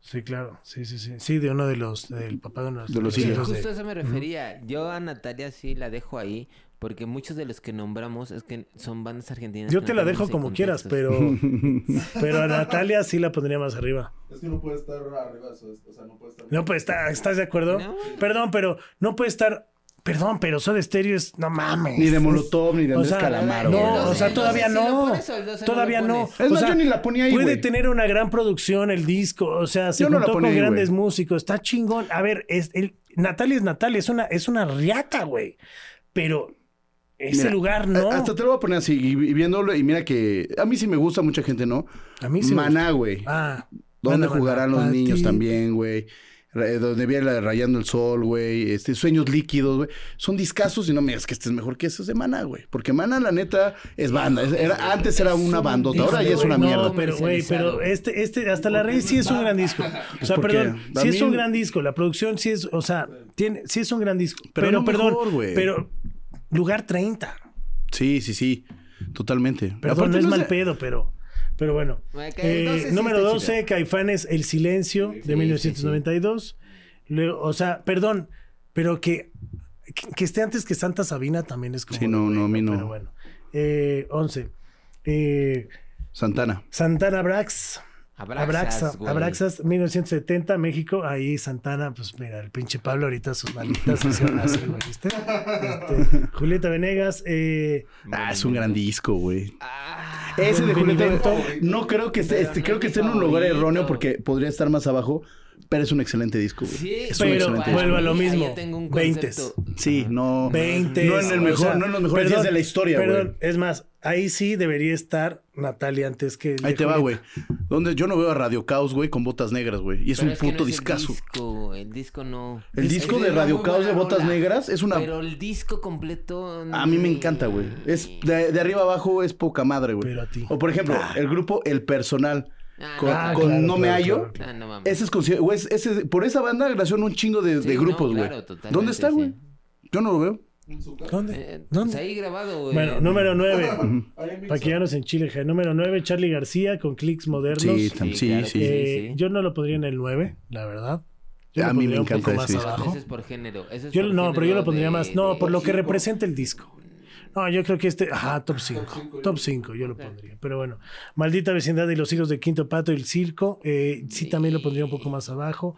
Speaker 1: Sí, claro. Sí, sí, sí. Sí, de uno de los, del papá de uno
Speaker 4: De los
Speaker 5: Sí,
Speaker 4: hijos.
Speaker 1: de-
Speaker 5: justo a eso me refería. Yo a Natalia sí la dejo ahí, porque muchos de los que nombramos es que son bandas argentinas.
Speaker 1: Yo
Speaker 5: que
Speaker 1: te
Speaker 5: no
Speaker 1: la dejo
Speaker 5: tenemos en
Speaker 1: como quieras,
Speaker 5: contextos.
Speaker 1: pero, pero a Natalia sí la pondría más arriba.
Speaker 6: Es que no puede estar arriba de eso. O sea, no puede estar.
Speaker 1: No, pues, está- ¿estás de acuerdo?
Speaker 5: No.
Speaker 1: Perdón, pero no puede estar... Perdón, pero Soda Stereo es... No mames.
Speaker 4: Ni de
Speaker 1: Es-
Speaker 4: Molotov, ni de
Speaker 1: o
Speaker 4: Andrés
Speaker 1: sea,
Speaker 4: Calamaro.
Speaker 1: No,
Speaker 4: güey.
Speaker 1: o sea,
Speaker 5: Entonces,
Speaker 1: todavía
Speaker 5: si lo
Speaker 1: no.
Speaker 5: pones o entonces no
Speaker 1: todavía
Speaker 5: lo
Speaker 1: no.
Speaker 5: pones.
Speaker 4: Es
Speaker 1: O
Speaker 4: más,
Speaker 1: sea,
Speaker 4: yo ni la ponía ahí,
Speaker 1: Puede
Speaker 4: güey.
Speaker 1: tener una gran producción el disco, o sea, se
Speaker 4: Yo no la
Speaker 1: juntó
Speaker 4: ponía
Speaker 1: con
Speaker 4: ahí,
Speaker 1: grandes
Speaker 4: güey.
Speaker 1: músicos, está chingón. A ver, es, el, Natalia es Natalia, es una, es una riata, güey. Pero ese
Speaker 4: Mira,
Speaker 1: lugar
Speaker 4: a-
Speaker 1: no.
Speaker 4: Eh, Hasta te lo voy a poner así, y, y viéndolo, y mira que a mí sí me gusta, mucha gente no.
Speaker 1: A mí sí me
Speaker 4: Maná, güey.
Speaker 1: gusta. Ah,
Speaker 4: ¿Dónde
Speaker 1: Maná, Ah, Maná.
Speaker 4: jugarán los
Speaker 1: A
Speaker 4: niños
Speaker 1: ti.
Speaker 4: también, güey? Ra- eh, Donde viene la de Rayando el Sol, güey. Este, Sueños Líquidos, güey. Son discasos y no me digas que este es mejor que esos de Mana, güey. Porque Mana, la neta, es banda. Es- era, antes era una bandota, ahora ya es
Speaker 1: Híjole,
Speaker 4: una
Speaker 1: güey,
Speaker 4: mierda.
Speaker 1: No, pero güey, pero este, este, hasta la raíz sí es un gran disco. O sea,
Speaker 4: Pues Porque
Speaker 1: perdón,
Speaker 4: a
Speaker 1: sí
Speaker 4: mí-
Speaker 1: es un gran disco. La producción sí es, o sea, tiene, sí es un gran disco.
Speaker 4: Pero
Speaker 1: Pero,
Speaker 4: no
Speaker 1: perdón,
Speaker 4: mejor, güey.
Speaker 1: pero lugar 30.
Speaker 4: Sí, sí, sí. Totalmente.
Speaker 1: Perdón,
Speaker 4: Aparte,
Speaker 1: no es
Speaker 4: sé-
Speaker 1: mal pedo, pero. Pero bueno.
Speaker 5: Ok,
Speaker 1: Eh,
Speaker 5: 12 sí
Speaker 1: número
Speaker 5: está
Speaker 1: 12, Caifanes, El Silencio, de 1992. Luego, o sea, perdón, pero que, que, que esté antes que Santa Sabina también es como.
Speaker 4: Sí, no,
Speaker 1: de,
Speaker 4: no, a mí no.
Speaker 1: Pero bueno. Eh, 11. Eh,
Speaker 4: Santana.
Speaker 1: Santana Brax.
Speaker 5: Abraxas,
Speaker 1: Abraxas,
Speaker 5: güey.
Speaker 1: Abraxas, 1970, México. Ahí Santana, pues mira, el pinche Pablo ahorita sus manitas se hicieron así, güey, ¿viste? Este, Julieta Venegas, eh,
Speaker 4: Ah, es un gran disco, güey.
Speaker 5: Ah,
Speaker 4: Ese de
Speaker 1: Benevento.
Speaker 4: Julieta. No creo que esté,
Speaker 5: Pero
Speaker 4: este,
Speaker 5: no
Speaker 4: creo
Speaker 5: es
Speaker 4: que
Speaker 5: mi
Speaker 4: esté en un lugar
Speaker 5: favorito.
Speaker 4: erróneo porque podría estar más abajo, pero es un excelente disco, güey.
Speaker 5: sí,
Speaker 4: es
Speaker 1: pero
Speaker 4: un excelente disco.
Speaker 1: vuelvo a lo
Speaker 5: Ahí
Speaker 1: mismo,
Speaker 5: ya tengo un
Speaker 1: 20.
Speaker 5: concepto.
Speaker 4: Sí, no.
Speaker 1: 20.
Speaker 4: No en el mejor, no en los mejores días de la historia, güey.
Speaker 1: Perdón, es más, ahí sí debería estar Natalia antes que.
Speaker 4: Ahí
Speaker 1: de
Speaker 4: te va,
Speaker 1: Julieta.
Speaker 4: güey. Donde yo no veo a Radio Caos, güey, con botas negras, güey. Y es
Speaker 5: Pero
Speaker 4: un
Speaker 5: que no
Speaker 4: puto
Speaker 5: el
Speaker 4: discazo.
Speaker 5: disco, el disco no.
Speaker 4: El disco
Speaker 5: Es
Speaker 4: de
Speaker 5: una
Speaker 4: Radio
Speaker 5: muy
Speaker 4: Caos de
Speaker 5: buena
Speaker 4: Botas
Speaker 5: rola,
Speaker 4: Negras es una.
Speaker 5: Pero el disco completo.
Speaker 4: A mí me encanta, güey. Es de, de arriba abajo es poca madre, güey.
Speaker 1: Pero a ti.
Speaker 4: O por ejemplo, el grupo El Personal
Speaker 5: Ah,
Speaker 4: con,
Speaker 5: no,
Speaker 4: con
Speaker 1: claro,
Speaker 4: No Me
Speaker 1: claro,
Speaker 4: Hallo.
Speaker 1: claro,
Speaker 5: Ah, no mames.
Speaker 4: Ese es consider- güey, es- ese- por esa banda grabaron un chingo de,
Speaker 5: Sí,
Speaker 4: de
Speaker 5: no,
Speaker 4: grupos, güey.
Speaker 5: claro, totalmente,
Speaker 4: ¿Dónde está, güey?
Speaker 5: sí.
Speaker 4: Yo no lo veo.
Speaker 6: En su casa.
Speaker 1: ¿Dónde?
Speaker 5: Eh, pues
Speaker 1: ¿Dónde?
Speaker 5: ahí grabado, güey.
Speaker 1: Bueno, número 9.
Speaker 6: Ahí en mi
Speaker 1: Para que ya nos enchile, ja. Número 9, Charlie García con clics modernos.
Speaker 4: Sí, tam- sí,
Speaker 5: claro,
Speaker 4: sí.
Speaker 1: Eh,
Speaker 5: sí, sí.
Speaker 1: Yo no lo pondría en el 9, la verdad. Yo
Speaker 4: A
Speaker 1: lo
Speaker 4: mí me
Speaker 1: pondría un
Speaker 4: encanta
Speaker 1: poco más
Speaker 4: ese disco.
Speaker 1: abajo.
Speaker 5: Eso es por género. Eso es
Speaker 1: Yo,
Speaker 5: por
Speaker 1: no, pero yo
Speaker 5: género
Speaker 1: lo pondría
Speaker 5: de-
Speaker 1: más. No,
Speaker 5: de-
Speaker 1: por lo que
Speaker 6: cinco.
Speaker 1: representa el disco. No, yo creo que este. Ajá, top 5.
Speaker 6: cinco,
Speaker 1: Top
Speaker 6: yo-
Speaker 1: 5, yo lo pondría. Pero bueno, Maldita Vecindad y los hijos de Quinto Pato y el Circo. eh, sí, también lo pondría un poco más abajo.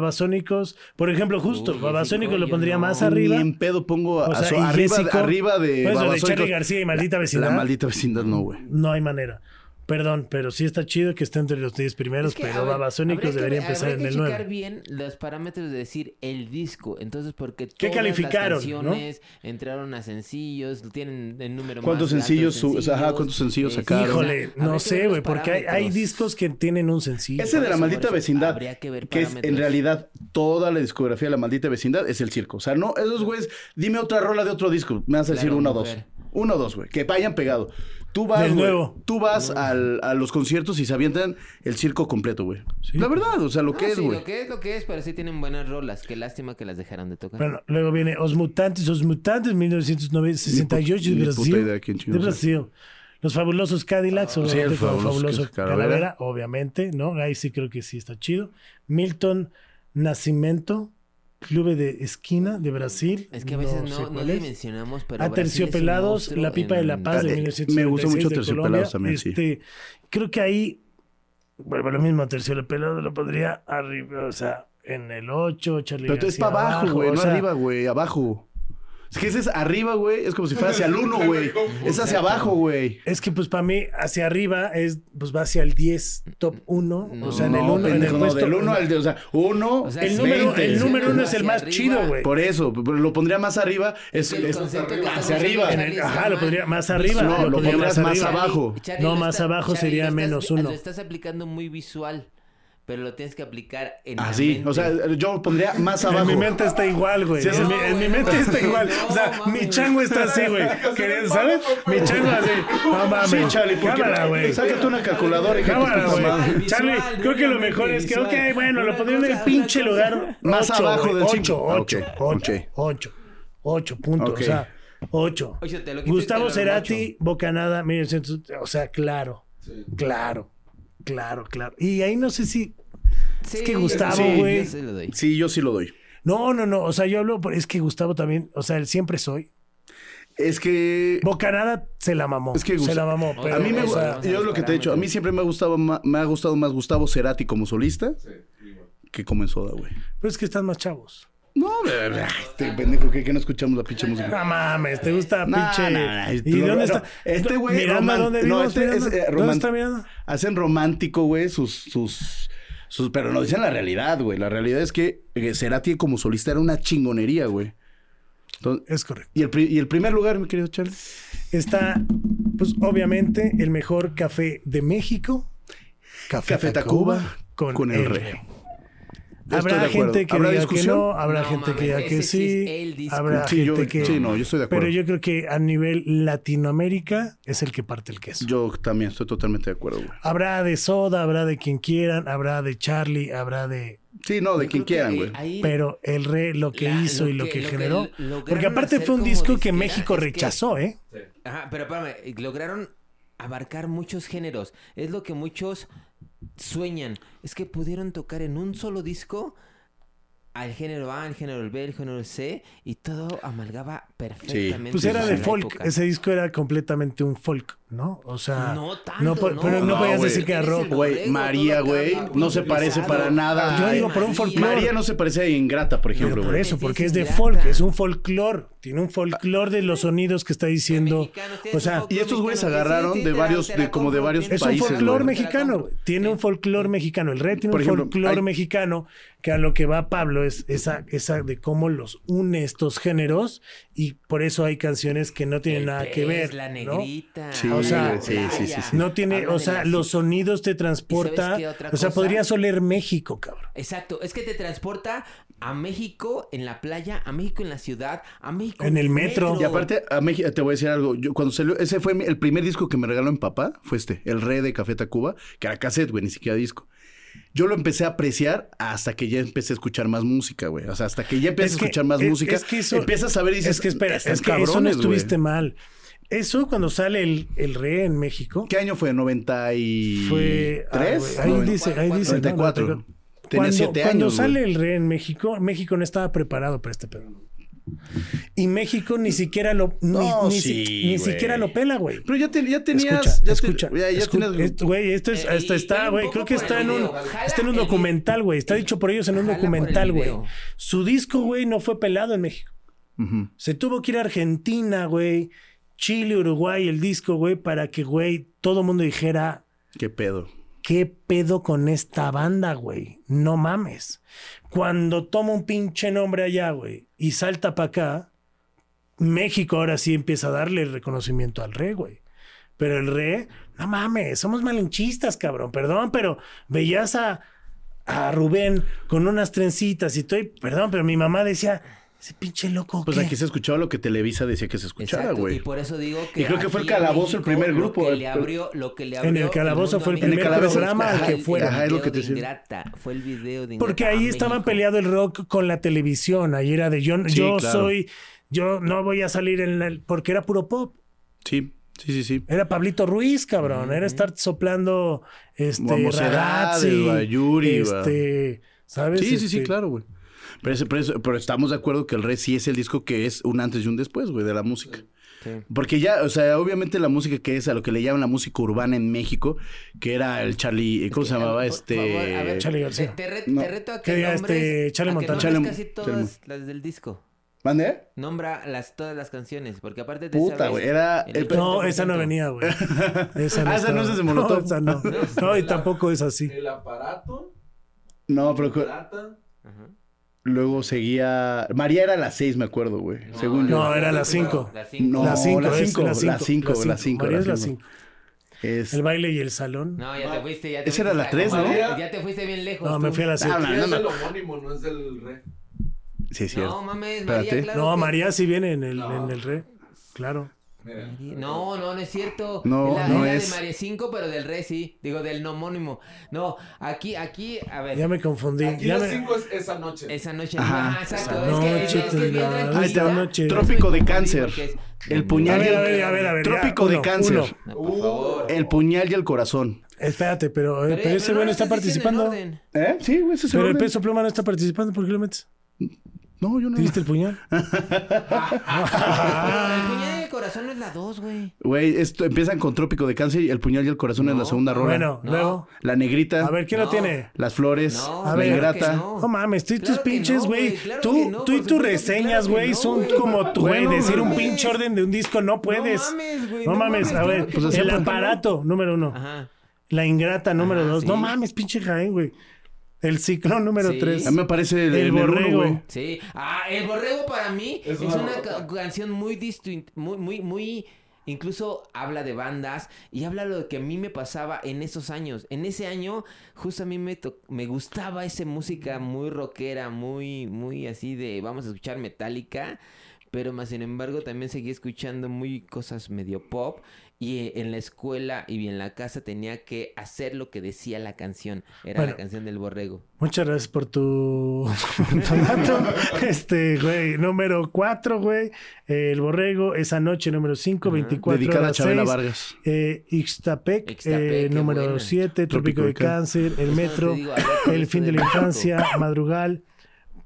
Speaker 1: Babasónicos. Por ejemplo, justo,
Speaker 5: Uy,
Speaker 1: Babasónicos
Speaker 5: Jessica,
Speaker 1: lo pondría
Speaker 5: no.
Speaker 1: más
Speaker 4: Ni
Speaker 1: arriba.
Speaker 4: en pedo pongo a-
Speaker 1: O
Speaker 4: a
Speaker 1: sea,
Speaker 4: su-
Speaker 1: y
Speaker 4: arriba,
Speaker 1: Jessico-
Speaker 4: arriba de.
Speaker 1: Por eso, de
Speaker 4: Babasónicos.
Speaker 1: Charly García y Maldita
Speaker 4: La-
Speaker 1: Vecindad.
Speaker 4: La maldita vecindad, no, güey.
Speaker 1: No hay manera. Perdón, pero sí está chido que esté entre los 10 primeros,
Speaker 5: Es que, a
Speaker 1: pero
Speaker 5: ver, habría
Speaker 1: Babasónicos
Speaker 5: que-
Speaker 1: debería empezar
Speaker 5: habría
Speaker 1: en
Speaker 5: que
Speaker 1: el
Speaker 5: checar
Speaker 1: 9.
Speaker 5: bien los parámetros de decir el disco. Entonces, porque
Speaker 1: ¿Qué
Speaker 5: todas
Speaker 1: calificaron,
Speaker 5: las canciones entraron a sencillos, tienen el número más
Speaker 4: ¿Cuántos
Speaker 5: alto de Este,
Speaker 4: sencillos su- o sea, ajá, cuántos sencillos sacaron?
Speaker 5: o
Speaker 1: Híjole,
Speaker 5: sea, habría
Speaker 1: no
Speaker 5: que ver
Speaker 1: sé,
Speaker 5: los
Speaker 1: güey, porque hay, hay
Speaker 5: parámetros.
Speaker 1: discos que tienen un sencillo.
Speaker 4: Ese de
Speaker 5: Por
Speaker 4: la
Speaker 5: eso,
Speaker 4: maldita
Speaker 5: por eso,
Speaker 4: vecindad.
Speaker 5: habría que ver
Speaker 4: que es en
Speaker 5: parámetros.
Speaker 4: realidad toda la discografía de la maldita vecindad es el circo. O sea, no, esos güeyes, dime otra rola de otro disco. Me vas a decir
Speaker 5: Claro,
Speaker 4: uno o dos.
Speaker 5: mujer.
Speaker 4: Uno o dos, güey. Que vayan pegado. Tú vas,
Speaker 1: Del
Speaker 4: güey,
Speaker 1: nuevo.
Speaker 4: Tú vas al- a los conciertos y se avientan el circo completo, güey.
Speaker 1: Sí.
Speaker 4: La verdad, o sea, lo
Speaker 5: No,
Speaker 4: que es,
Speaker 5: sí,
Speaker 4: güey.
Speaker 5: lo que es, lo que es, pero sí tienen buenas rolas. Qué lástima que las dejaron de tocar.
Speaker 1: Bueno, luego viene Os Mutantes, Os Mutantes, 1968 de
Speaker 4: Ni pu- ni
Speaker 1: Brasil.
Speaker 4: puta idea quién
Speaker 1: de
Speaker 4: chingados es. Ah,
Speaker 1: Brasil. Los fabulosos Cadillacs,
Speaker 4: sí,
Speaker 1: obviamente,
Speaker 4: el
Speaker 1: con
Speaker 4: fabuloso
Speaker 1: fabuloso
Speaker 4: Calavera.
Speaker 1: Calavera, obviamente, ¿no? Ahí sí creo que sí está chido. Milton Nacimento, Clube de Esquina de Brasil.
Speaker 5: es que a veces no,
Speaker 1: sé
Speaker 5: no
Speaker 1: cuál
Speaker 5: le
Speaker 1: es.
Speaker 5: mencionamos, pero.
Speaker 1: Aterciopelados, La Pipa de la Paz de
Speaker 4: Eh,
Speaker 1: 1976
Speaker 4: me gusta mucho
Speaker 1: de Colombia.
Speaker 4: Aterciopelados también, sí.
Speaker 1: Este, Creo que ahí, bueno, lo mismo Aterciopelados lo pondría arriba, o sea, en el 8, Charlie
Speaker 4: Pero entonces
Speaker 1: García
Speaker 4: para abajo, güey.
Speaker 1: o
Speaker 4: No
Speaker 1: sea,
Speaker 4: arriba, güey. Abajo. Es que ese es arriba, güey. Es como si fuera hacia el uno, güey. Es hacia abajo, güey.
Speaker 1: Es que pues para mí hacia arriba es pues va hacia el 10, top 1, o sea, en el
Speaker 4: No,
Speaker 1: 1 en el
Speaker 4: pendejo, no,
Speaker 1: puesto
Speaker 4: del uno al de, o sea, uno,
Speaker 5: O sea,
Speaker 1: el número
Speaker 5: veinte.
Speaker 1: el número 1 es
Speaker 5: Hacia
Speaker 1: el más
Speaker 5: arriba.
Speaker 1: chido, güey.
Speaker 4: Por eso, lo pondría más arriba. Es,
Speaker 5: El
Speaker 4: es-
Speaker 5: concepto que estamos
Speaker 4: hacia arriba.
Speaker 5: usando
Speaker 1: En el-
Speaker 5: está
Speaker 1: ajá, lo
Speaker 5: mal.
Speaker 1: podría más arriba,
Speaker 4: No, lo
Speaker 1: podría
Speaker 4: pondrías más
Speaker 1: arriba.
Speaker 4: abajo.
Speaker 1: No,
Speaker 5: lo
Speaker 1: más abajo sería
Speaker 5: lo estás-
Speaker 1: menos uno.
Speaker 5: Lo estás aplicando muy visual, pero lo tienes que aplicar en. la
Speaker 4: Así,
Speaker 5: mente.
Speaker 4: Ah, o sea, yo lo pondría más abajo.
Speaker 1: En mi mente está igual, güey.
Speaker 4: Sí,
Speaker 1: en, mi,
Speaker 5: no,
Speaker 1: en mi
Speaker 5: güey,
Speaker 1: mente
Speaker 5: no.
Speaker 1: está igual. o sea,
Speaker 5: No,
Speaker 1: mi
Speaker 5: mames.
Speaker 1: chango está así, güey. Que, ¿Sabes? Mi chango así. No mames.
Speaker 4: Sí, Charlie, ¿por qué
Speaker 1: Cámara,
Speaker 4: no?
Speaker 1: güey.
Speaker 4: Sácate una calculadora y que
Speaker 1: Cámara,
Speaker 4: tus putas madres.
Speaker 1: güey.
Speaker 5: Visual,
Speaker 1: Charlie, creo que lo
Speaker 5: obviamente,
Speaker 1: mejor es que, ok,
Speaker 5: visual.
Speaker 1: bueno, lo
Speaker 5: Una
Speaker 1: pondría en el
Speaker 5: cosa,
Speaker 1: pinche
Speaker 5: otra cosa.
Speaker 1: lugar.
Speaker 4: Más
Speaker 1: ocho,
Speaker 4: abajo
Speaker 1: güey,
Speaker 4: del
Speaker 1: Ocho,
Speaker 4: cinco.
Speaker 1: ocho,
Speaker 4: Ah, ok,
Speaker 1: ocho,
Speaker 4: ok.
Speaker 1: ocho. Ocho puntos,
Speaker 4: Ok.
Speaker 1: o sea, ocho.
Speaker 5: Oye, te lo quito y te
Speaker 1: Gustavo
Speaker 5: lo
Speaker 1: Cerati, Bocanada, 1900, o sea, claro,
Speaker 6: Sí.
Speaker 1: claro, claro, claro. Y ahí no sé si
Speaker 5: Sí,
Speaker 1: que Gustavo,
Speaker 5: sí,
Speaker 1: güey.
Speaker 5: yo se lo doy.
Speaker 4: Sí, yo sí lo doy.
Speaker 1: No, no, no. O sea, yo hablo, por- es que Gustavo también, o sea, él siempre soy.
Speaker 4: Es que
Speaker 1: Bocanada se la mamó.
Speaker 4: Es que Gus-
Speaker 1: se la mamó.
Speaker 5: A
Speaker 1: Pero,
Speaker 4: a mí me
Speaker 1: o
Speaker 5: gusta-
Speaker 1: sea,
Speaker 4: gusta, yo es lo que te he dicho, a mí siempre me ha gustado ma- me ha gustado más Gustavo Cerati como solista
Speaker 6: Sí, igual.
Speaker 4: que como en Soda, güey.
Speaker 1: pero es que están más chavos.
Speaker 4: No, de verdad, este pendejo que, que no escuchamos la pinche música.
Speaker 1: No mames, te gusta
Speaker 4: No,
Speaker 1: pinche.
Speaker 4: no, no,
Speaker 1: ¿Y
Speaker 4: este lo-
Speaker 1: dónde
Speaker 4: no,
Speaker 1: está?
Speaker 4: este güey,
Speaker 1: Miranda,
Speaker 4: Román-
Speaker 1: ¿dónde
Speaker 4: no,
Speaker 1: vivimos,
Speaker 4: este es,
Speaker 1: Miranda?
Speaker 4: eh,
Speaker 1: ¿Dónde
Speaker 4: Román-
Speaker 1: está Miranda?
Speaker 4: Hacen romántico, güey, sus sus sus pero no dicen la realidad, güey. La realidad es que eh, Cerati como solista era una chingonería, güey. Entonces,
Speaker 1: Es correcto.
Speaker 4: y el, pri- y el primer lugar, mi querido Charlie.
Speaker 1: Está, pues obviamente, el mejor café de México. Café,
Speaker 4: Café Tacuba
Speaker 1: con, el rey.
Speaker 4: Estoy de
Speaker 1: Habrá
Speaker 4: acuerdo.
Speaker 1: gente que
Speaker 4: ¿Habrá
Speaker 1: diga que
Speaker 4: discusión?
Speaker 1: no, habrá
Speaker 5: No,
Speaker 1: gente que
Speaker 5: mames,
Speaker 1: diga que
Speaker 5: ese sí
Speaker 1: sí,
Speaker 5: es el disco.
Speaker 1: habrá
Speaker 4: Sí, yo-
Speaker 1: gente que...
Speaker 4: sí, no, yo estoy de acuerdo.
Speaker 1: Pero yo creo que a nivel Latinoamérica es el que parte el queso.
Speaker 4: Yo también estoy totalmente de acuerdo, güey.
Speaker 1: Habrá de Soda, habrá de quien quieran, habrá de Charlie, habrá de...
Speaker 4: Sí, no, de
Speaker 5: Yo creo
Speaker 4: quien quieran,
Speaker 5: que
Speaker 4: güey.
Speaker 5: ahí-
Speaker 1: Pero el re, lo que
Speaker 5: La-
Speaker 1: hizo
Speaker 5: lo
Speaker 1: y lo
Speaker 5: que-
Speaker 1: que,
Speaker 5: lo que
Speaker 1: generó...
Speaker 5: l- lograron
Speaker 1: porque aparte
Speaker 5: hacer
Speaker 1: fue un
Speaker 5: como
Speaker 1: disco que
Speaker 5: disquera
Speaker 1: México
Speaker 5: es que-
Speaker 1: rechazó, ¿eh?
Speaker 5: Ajá, pero espérame, eh, lograron abarcar muchos géneros. Es lo que muchos sueñan. Es que pudieron tocar en un solo disco al género A, al género B, al género C, y todo amalgaba perfectamente.
Speaker 1: Pues
Speaker 4: Sí,
Speaker 1: era
Speaker 4: sí,
Speaker 1: de
Speaker 4: sí.
Speaker 1: folk,
Speaker 5: época.
Speaker 1: ese disco era completamente un folk, ¿no? O sea,
Speaker 5: No tanto,
Speaker 1: po-
Speaker 5: no.
Speaker 1: pero no,
Speaker 4: No,
Speaker 1: podías
Speaker 4: güey.
Speaker 1: decir que era
Speaker 5: Eres el
Speaker 1: rock.
Speaker 4: Güey,
Speaker 5: borrego,
Speaker 4: María,
Speaker 5: todo
Speaker 4: güey,
Speaker 5: acá
Speaker 4: no se
Speaker 5: improvisado.
Speaker 4: parece para nada.
Speaker 1: Yo digo, por un
Speaker 5: María.
Speaker 1: folclore.
Speaker 4: María no se parece a Ingrata, por ejemplo,
Speaker 1: Pero por
Speaker 4: güey.
Speaker 1: eso,
Speaker 5: Sí,
Speaker 1: porque
Speaker 5: sí,
Speaker 1: es de
Speaker 5: ingrata.
Speaker 1: folk, es un folclore, tiene un folclore de los sonidos que está diciendo,
Speaker 5: mexicanos,
Speaker 1: o
Speaker 5: tienes un
Speaker 1: sea,
Speaker 5: folclore
Speaker 4: Y estos güeyes
Speaker 5: mexicano,
Speaker 4: agarraron
Speaker 5: sí, sí,
Speaker 4: de
Speaker 5: te la-
Speaker 4: varios,
Speaker 5: te la
Speaker 4: de como de
Speaker 5: compro,
Speaker 4: varios
Speaker 5: tienes
Speaker 1: es un
Speaker 4: países,
Speaker 1: folclore
Speaker 4: güey.
Speaker 1: mexicano, güey. tiene un folclore mexicano, el rey tiene
Speaker 4: Por
Speaker 1: un
Speaker 4: ejemplo,
Speaker 1: folclore
Speaker 4: hay-
Speaker 1: mexicano, que a lo que va Pablo es esa, esa de cómo los une estos géneros y por eso hay canciones que no tienen
Speaker 5: El
Speaker 1: nada
Speaker 5: pez,
Speaker 1: que ver,
Speaker 5: La
Speaker 1: ¿no?
Speaker 5: negrita.
Speaker 4: Sí,
Speaker 5: habla de la
Speaker 1: sí,
Speaker 5: playa,
Speaker 4: sí, sí, sí.
Speaker 1: No tiene,
Speaker 5: habla
Speaker 1: o
Speaker 5: de
Speaker 1: sea,
Speaker 5: la-
Speaker 1: los sonidos te transporta.
Speaker 5: qué otra
Speaker 1: O sea,
Speaker 5: cosa?
Speaker 1: podrías oler México, cabrón.
Speaker 5: Exacto, es que te transporta a México en la playa, a México en la ciudad, a México
Speaker 1: En el metro.
Speaker 4: Y aparte, a México, te voy a decir algo. Yo, cuando salió, ese fue mi- el primer disco que me regaló mi papá, fue este, El Rey de Café Tacuba, que era cassette, güey, ni siquiera disco. Yo lo empecé a apreciar hasta que ya empecé a escuchar más música, güey. O sea, hasta que ya empiezas
Speaker 1: Es que-
Speaker 4: a escuchar más
Speaker 1: es-
Speaker 4: música,
Speaker 1: es que eso-
Speaker 4: empiezas a ver y dices,
Speaker 1: es que espera,
Speaker 4: "Están
Speaker 1: es que eso no
Speaker 4: cabrones, güey".
Speaker 1: estuviste mal. Eso cuando sale el, el re en México
Speaker 4: ¿Qué año fue? ¿93?
Speaker 1: fue. ah, güey, ahí
Speaker 4: Noven-
Speaker 1: dice, ahí dice. no,
Speaker 4: 94.
Speaker 1: no, no, no.
Speaker 4: Tenía
Speaker 1: Cuando,
Speaker 4: siete
Speaker 1: cuando
Speaker 4: años,
Speaker 1: sale
Speaker 4: güey.
Speaker 1: el re en México, México no estaba preparado para este pedo. Y México ni siquiera lo ni,
Speaker 4: No,
Speaker 1: ni si-
Speaker 4: sí,
Speaker 1: ni
Speaker 4: güey.
Speaker 1: siquiera lo pela, güey.
Speaker 4: Pero ya, te- ya tenías.
Speaker 1: Escucha,
Speaker 4: ya te-
Speaker 1: escucha.
Speaker 4: ya- ya
Speaker 1: escu-
Speaker 4: tenías-
Speaker 1: esto, güey, esto es,
Speaker 5: Eh,
Speaker 1: hasta
Speaker 5: y- y
Speaker 1: está,
Speaker 5: un
Speaker 1: güey.
Speaker 5: poco
Speaker 1: Creo que
Speaker 5: por
Speaker 1: está
Speaker 5: el
Speaker 1: en un,
Speaker 5: video. Jala
Speaker 1: está en un
Speaker 5: el
Speaker 1: documental, güey. Está dicho por ellos en un
Speaker 5: Jala por el
Speaker 1: documental, güey.
Speaker 5: video.
Speaker 1: Su disco, güey, no fue pelado en México.
Speaker 4: Ujú.
Speaker 1: Se tuvo que ir a Argentina, güey, Chile, Uruguay, el disco, güey, para que, güey, todo mundo dijera,
Speaker 4: Qué pedo.
Speaker 1: ¿Qué pedo con esta banda, güey? No mames. Cuando toma un pinche nombre allá, güey, y salta para acá, México ahora sí empieza a darle el reconocimiento al re, güey. Pero el re, no mames, somos malinchistas, cabrón. Perdón, pero veías a, a Rubén con unas trencitas y estoy, perdón, pero mi mamá decía, ese pinche loco.
Speaker 4: Pues
Speaker 1: ¿qué?
Speaker 4: aquí se escuchaba lo que Televisa decía que se escuchara,
Speaker 5: Exacto,
Speaker 4: güey.
Speaker 5: Y por eso digo que.
Speaker 4: Y creo que fue el
Speaker 5: aquí en
Speaker 4: Calabozo el
Speaker 5: México,
Speaker 4: primer
Speaker 5: lo
Speaker 4: grupo,
Speaker 5: que
Speaker 4: el-
Speaker 5: le abrió- lo que le
Speaker 1: En
Speaker 5: abrió
Speaker 1: el Calabozo
Speaker 5: mundo
Speaker 1: fue el
Speaker 5: a México.
Speaker 4: primer En el Calabozo, programa al
Speaker 5: Ajá,
Speaker 4: que
Speaker 5: el
Speaker 4: fuera. Ajá, es lo
Speaker 5: video
Speaker 4: que te
Speaker 5: de
Speaker 4: decía.
Speaker 5: Ingrata, Fue el video de
Speaker 1: Porque
Speaker 5: Ingrata
Speaker 1: ahí
Speaker 5: a
Speaker 1: estaba
Speaker 5: México.
Speaker 1: peleado el rock con la televisión. Ayer era de yo,
Speaker 4: Sí,
Speaker 1: yo
Speaker 4: claro.
Speaker 1: soy, yo no voy a salir en el, porque era puro pop.
Speaker 4: Sí, sí, sí, sí.
Speaker 1: Era Pablito Ruiz, cabrón. Era estar soplando este
Speaker 4: Mocedades,
Speaker 1: Radazzi,
Speaker 4: va, Yuri, va.
Speaker 1: este, ¿sabes?
Speaker 4: Sí, sí, sí,
Speaker 1: Este,
Speaker 4: claro, güey. Pero, ese- pero, ese- pero estamos de acuerdo que el Rey sí es el disco que es un antes y un después, güey, de la música.
Speaker 5: Sí.
Speaker 4: Porque ya, o sea, obviamente la música que es a lo que le llaman la música urbana en México, que era el Charlie, ¿cómo se
Speaker 5: Por
Speaker 4: llamaba?
Speaker 5: favor, a
Speaker 4: Este.
Speaker 5: ver,
Speaker 1: Charlie García.
Speaker 5: Te, te re-
Speaker 4: No.
Speaker 5: te reto a
Speaker 1: Que
Speaker 5: que
Speaker 1: diga,
Speaker 5: nombres,
Speaker 1: este, Chale
Speaker 5: a que
Speaker 1: Montana.
Speaker 5: nombres
Speaker 4: Chale-
Speaker 5: casi
Speaker 4: Chale
Speaker 5: todas
Speaker 4: Mon-
Speaker 5: las del disco.
Speaker 4: ¿Mande?
Speaker 5: Nombra las, todas las canciones, porque aparte de
Speaker 4: Puta, güey, era- eh, pero-
Speaker 1: No, esa no venía, güey. Esa
Speaker 4: Ah, esa no es
Speaker 1: estaba.
Speaker 4: de Molotov.
Speaker 1: No, esa no. No, y tampoco es así.
Speaker 6: El aparato,
Speaker 4: No, pero cu-
Speaker 6: plata,
Speaker 4: luego seguía. María era las seis, me acuerdo, güey. según yo.
Speaker 1: No, era las cinco.
Speaker 5: Las cinco.
Speaker 4: No,
Speaker 1: las cinco,
Speaker 4: las
Speaker 1: es-
Speaker 4: cinco,
Speaker 1: las cinco,
Speaker 4: las cinco,
Speaker 1: las
Speaker 4: las
Speaker 1: cinco.
Speaker 4: cinco,
Speaker 1: María es
Speaker 4: las
Speaker 1: las
Speaker 4: cinco.
Speaker 1: cinco.
Speaker 4: Es-
Speaker 1: El baile y el salón.
Speaker 5: No, ya te fuiste, ya te
Speaker 4: Esa era
Speaker 5: fuiste
Speaker 4: la
Speaker 5: a
Speaker 4: tres, ¿no?
Speaker 5: María, Ya te fuiste bien lejos.
Speaker 1: No, me fui a las
Speaker 4: Ah,
Speaker 1: siete.
Speaker 4: no,
Speaker 6: Sí,
Speaker 4: no,
Speaker 6: es
Speaker 4: no.
Speaker 6: el homónimo, no es el re.
Speaker 4: Sí, es
Speaker 5: No,
Speaker 4: cierto.
Speaker 5: mames,
Speaker 4: Espérate.
Speaker 5: María, claro.
Speaker 1: No,
Speaker 5: que-
Speaker 1: María sí viene en el,
Speaker 6: No.
Speaker 1: en el re. Claro.
Speaker 6: Mira.
Speaker 5: No, no, no es cierto.
Speaker 4: No,
Speaker 5: es la,
Speaker 4: no
Speaker 5: la
Speaker 4: es.
Speaker 5: de María 5, pero del Rey sí. Digo, del nomónimo. No, aquí, aquí, a ver.
Speaker 1: Ya me confundí.
Speaker 6: Aquí
Speaker 1: ya
Speaker 6: las
Speaker 1: me-
Speaker 6: cinco es esa noche.
Speaker 5: Esa noche.
Speaker 4: Ajá.
Speaker 5: Ah, exacto.
Speaker 1: Esa
Speaker 5: es que-
Speaker 1: noche
Speaker 5: es que, es que
Speaker 1: te
Speaker 5: viene
Speaker 1: la-
Speaker 5: aquí,
Speaker 1: Ahí está,
Speaker 5: ¿verdad?
Speaker 1: noche.
Speaker 4: Trópico de
Speaker 5: Confundí
Speaker 4: cáncer.
Speaker 5: porque es-
Speaker 4: El puñal
Speaker 1: A ver,
Speaker 4: y el-
Speaker 1: a ver, a ver, a ver. ya,
Speaker 4: Trópico de
Speaker 1: uno,
Speaker 4: cáncer.
Speaker 1: uno.
Speaker 5: No,
Speaker 6: Uh.
Speaker 5: por favor.
Speaker 4: El puñal y el corazón.
Speaker 1: Espérate, pero, eh,
Speaker 5: Pero-
Speaker 1: pero ese
Speaker 5: pero
Speaker 1: güey
Speaker 5: no
Speaker 1: no está
Speaker 5: estás diciendo en
Speaker 1: participando.
Speaker 5: orden.
Speaker 4: ¿Eh? Sí, güey, ese es el
Speaker 1: Pero el
Speaker 4: orden.
Speaker 1: peso pluma no está participando. ¿Por qué lo metes?
Speaker 4: No, yo no.
Speaker 1: ¿Te diste el puñal? Ah.
Speaker 5: El puñal en el corazón no es la 2, güey.
Speaker 4: Güey, esto empiezan con Trópico de Cáncer y el puñal y el corazón en la segunda rola.
Speaker 1: Bueno,
Speaker 5: No.
Speaker 1: luego.
Speaker 4: La negrita.
Speaker 1: A ver, ¿quién lo
Speaker 5: No.
Speaker 1: tiene?
Speaker 4: Las flores.
Speaker 5: No,
Speaker 1: A
Speaker 4: la
Speaker 1: ver.
Speaker 4: ingrata.
Speaker 5: Claro que no.
Speaker 1: No mames, tú y
Speaker 5: Claro
Speaker 1: tus
Speaker 5: que
Speaker 1: pinches,
Speaker 5: no,
Speaker 1: güey.
Speaker 5: güey, claro
Speaker 1: tú
Speaker 5: que no,
Speaker 1: tú y
Speaker 5: por
Speaker 1: tus
Speaker 5: supuesto que
Speaker 1: reseñas,
Speaker 5: claro que
Speaker 1: güey,
Speaker 5: no,
Speaker 1: son
Speaker 5: güey.
Speaker 1: como tú, güey.
Speaker 4: Bueno,
Speaker 1: Decir un
Speaker 5: mames.
Speaker 1: pinche orden de un disco no puedes.
Speaker 5: mames, güey,
Speaker 1: No
Speaker 5: no
Speaker 1: mames,
Speaker 5: mames,
Speaker 1: a
Speaker 5: claro
Speaker 1: ver.
Speaker 5: que no.
Speaker 1: el
Speaker 4: Pues,
Speaker 1: aparato, número uno.
Speaker 5: Ajá.
Speaker 1: La ingrata, número
Speaker 5: Ajá,
Speaker 1: dos.
Speaker 5: Ah, sí.
Speaker 1: No mames, pinche Jaén, güey. El ciclón, número
Speaker 5: Sí.
Speaker 1: tres.
Speaker 4: A mí me parece el,
Speaker 1: El
Speaker 4: en el uno,
Speaker 1: borrego.
Speaker 4: güey.
Speaker 5: Sí. Ah, el borrego para mí
Speaker 6: Es
Speaker 5: es,
Speaker 6: una
Speaker 5: una,
Speaker 6: rolota.
Speaker 5: ca- canción muy distinta, muy, muy, muy. Incluso habla de bandas y habla lo que a mí me pasaba en esos años. En ese año, justo a mí me, to- me gustaba esa música muy rockera, muy, muy así de vamos a escuchar metálica. Pero más sin embargo, también seguí escuchando muy cosas medio pop. Y eh, en la escuela y en la casa tenía que hacer lo que decía la canción. Era
Speaker 1: Bueno.
Speaker 5: la canción del borrego.
Speaker 1: Muchas gracias por tu por tu dato. Este, güey, número cuatro, güey. eh, el borrego, esa noche, número cinco,
Speaker 5: Ajá.
Speaker 1: 24
Speaker 4: Dedicada a
Speaker 1: horas
Speaker 4: Chabela
Speaker 1: seis.
Speaker 4: Vargas.
Speaker 1: Eh, Ixtapec,
Speaker 5: Ixtapec,
Speaker 1: eh,
Speaker 5: qué
Speaker 1: número
Speaker 5: buena.
Speaker 1: 7, Trópico
Speaker 4: Trópico
Speaker 1: de
Speaker 4: de Can-
Speaker 1: Cáncer, El
Speaker 5: Es cuando
Speaker 1: Metro,
Speaker 5: Pues te digo, a ver,
Speaker 1: El Fin de la
Speaker 5: del Metro.
Speaker 1: Infancia, Madrugal,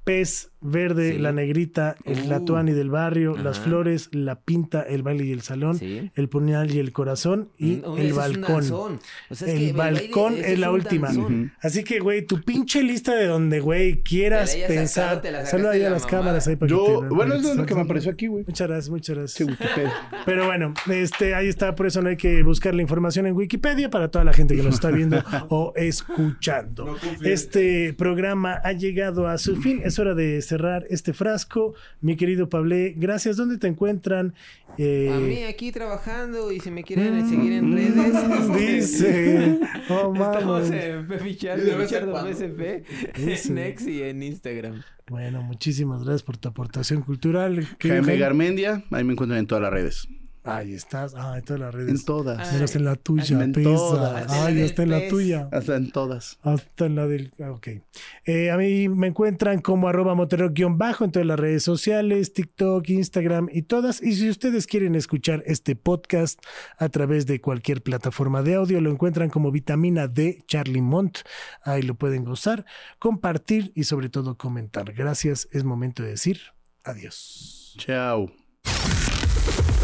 Speaker 1: Pez Verde,
Speaker 5: Sí.
Speaker 1: La Negrita, El
Speaker 5: Uh.
Speaker 1: Latuani del Barrio, Las
Speaker 5: Ajá.
Speaker 1: Flores, La Pinta, El Baile y el Salón,
Speaker 5: Sí.
Speaker 1: El Puñal y el Corazón y
Speaker 5: Mm,
Speaker 1: El
Speaker 5: ese es un
Speaker 1: Balcón.
Speaker 5: danzón. O sea, es que
Speaker 1: El
Speaker 5: el baile-
Speaker 1: balcón
Speaker 5: ese
Speaker 1: es la
Speaker 5: un
Speaker 1: última.
Speaker 5: danzón.
Speaker 4: Ujú.
Speaker 1: Así que, güey, tu pinche lista de donde, güey, quieras
Speaker 5: Te la hayas
Speaker 1: pensar.
Speaker 5: sacado, te la sacaste
Speaker 1: Saluda ahí
Speaker 5: de
Speaker 1: a
Speaker 5: la
Speaker 1: las
Speaker 5: mamada.
Speaker 1: cámaras ahí para que
Speaker 4: Yo,
Speaker 1: te-
Speaker 4: bueno,
Speaker 1: para
Speaker 4: eso es lo
Speaker 1: te-
Speaker 4: que me apareció aquí, güey.
Speaker 1: Muchas gracias, muchas gracias.
Speaker 4: Sí, güey, qué pedo.
Speaker 1: Pero bueno, este, ahí está, por eso no hay que buscar la información en Wikipedia para toda la gente que nos está viendo o escuchando.
Speaker 6: No confíes.
Speaker 1: este programa ha llegado a su fin, es hora de cerrar este frasco. Mi querido Pablé, gracias. ¿Dónde te encuentran? Eh, Mm,
Speaker 5: A mí aquí trabajando y si me quieren seguir en redes. este,
Speaker 1: Dice, oh,
Speaker 5: Estamos
Speaker 1: mames.
Speaker 5: en Pepichardo,
Speaker 6: Y de vez en cuando.
Speaker 5: PSP, en X y en Instagram.
Speaker 1: Bueno, muchísimas gracias por tu aportación cultural.
Speaker 4: Jaime
Speaker 1: Jaime.
Speaker 4: Garmendia, ahí me encuentran en todas las redes.
Speaker 1: Ahí estás, ah, en todas las
Speaker 4: En
Speaker 1: redes.
Speaker 4: todas.
Speaker 5: Ah.
Speaker 1: Menos en la tuya,
Speaker 4: En
Speaker 1: pesa.
Speaker 4: todas.
Speaker 1: Ay,
Speaker 5: Del
Speaker 1: hasta en la
Speaker 5: pez.
Speaker 1: tuya.
Speaker 4: Hasta en todas.
Speaker 1: Hasta en la del. ah, Ok. Eh, a mí me encuentran como arroba montero-bajo en todas las redes sociales, TikTok, Instagram y todas. Y si ustedes quieren escuchar este podcast a través de cualquier plataforma de audio, lo encuentran como Vitamina D Charlie Mont. Ahí lo pueden gozar, compartir y sobre todo comentar. Gracias. Es momento de decir adiós.
Speaker 4: Chao.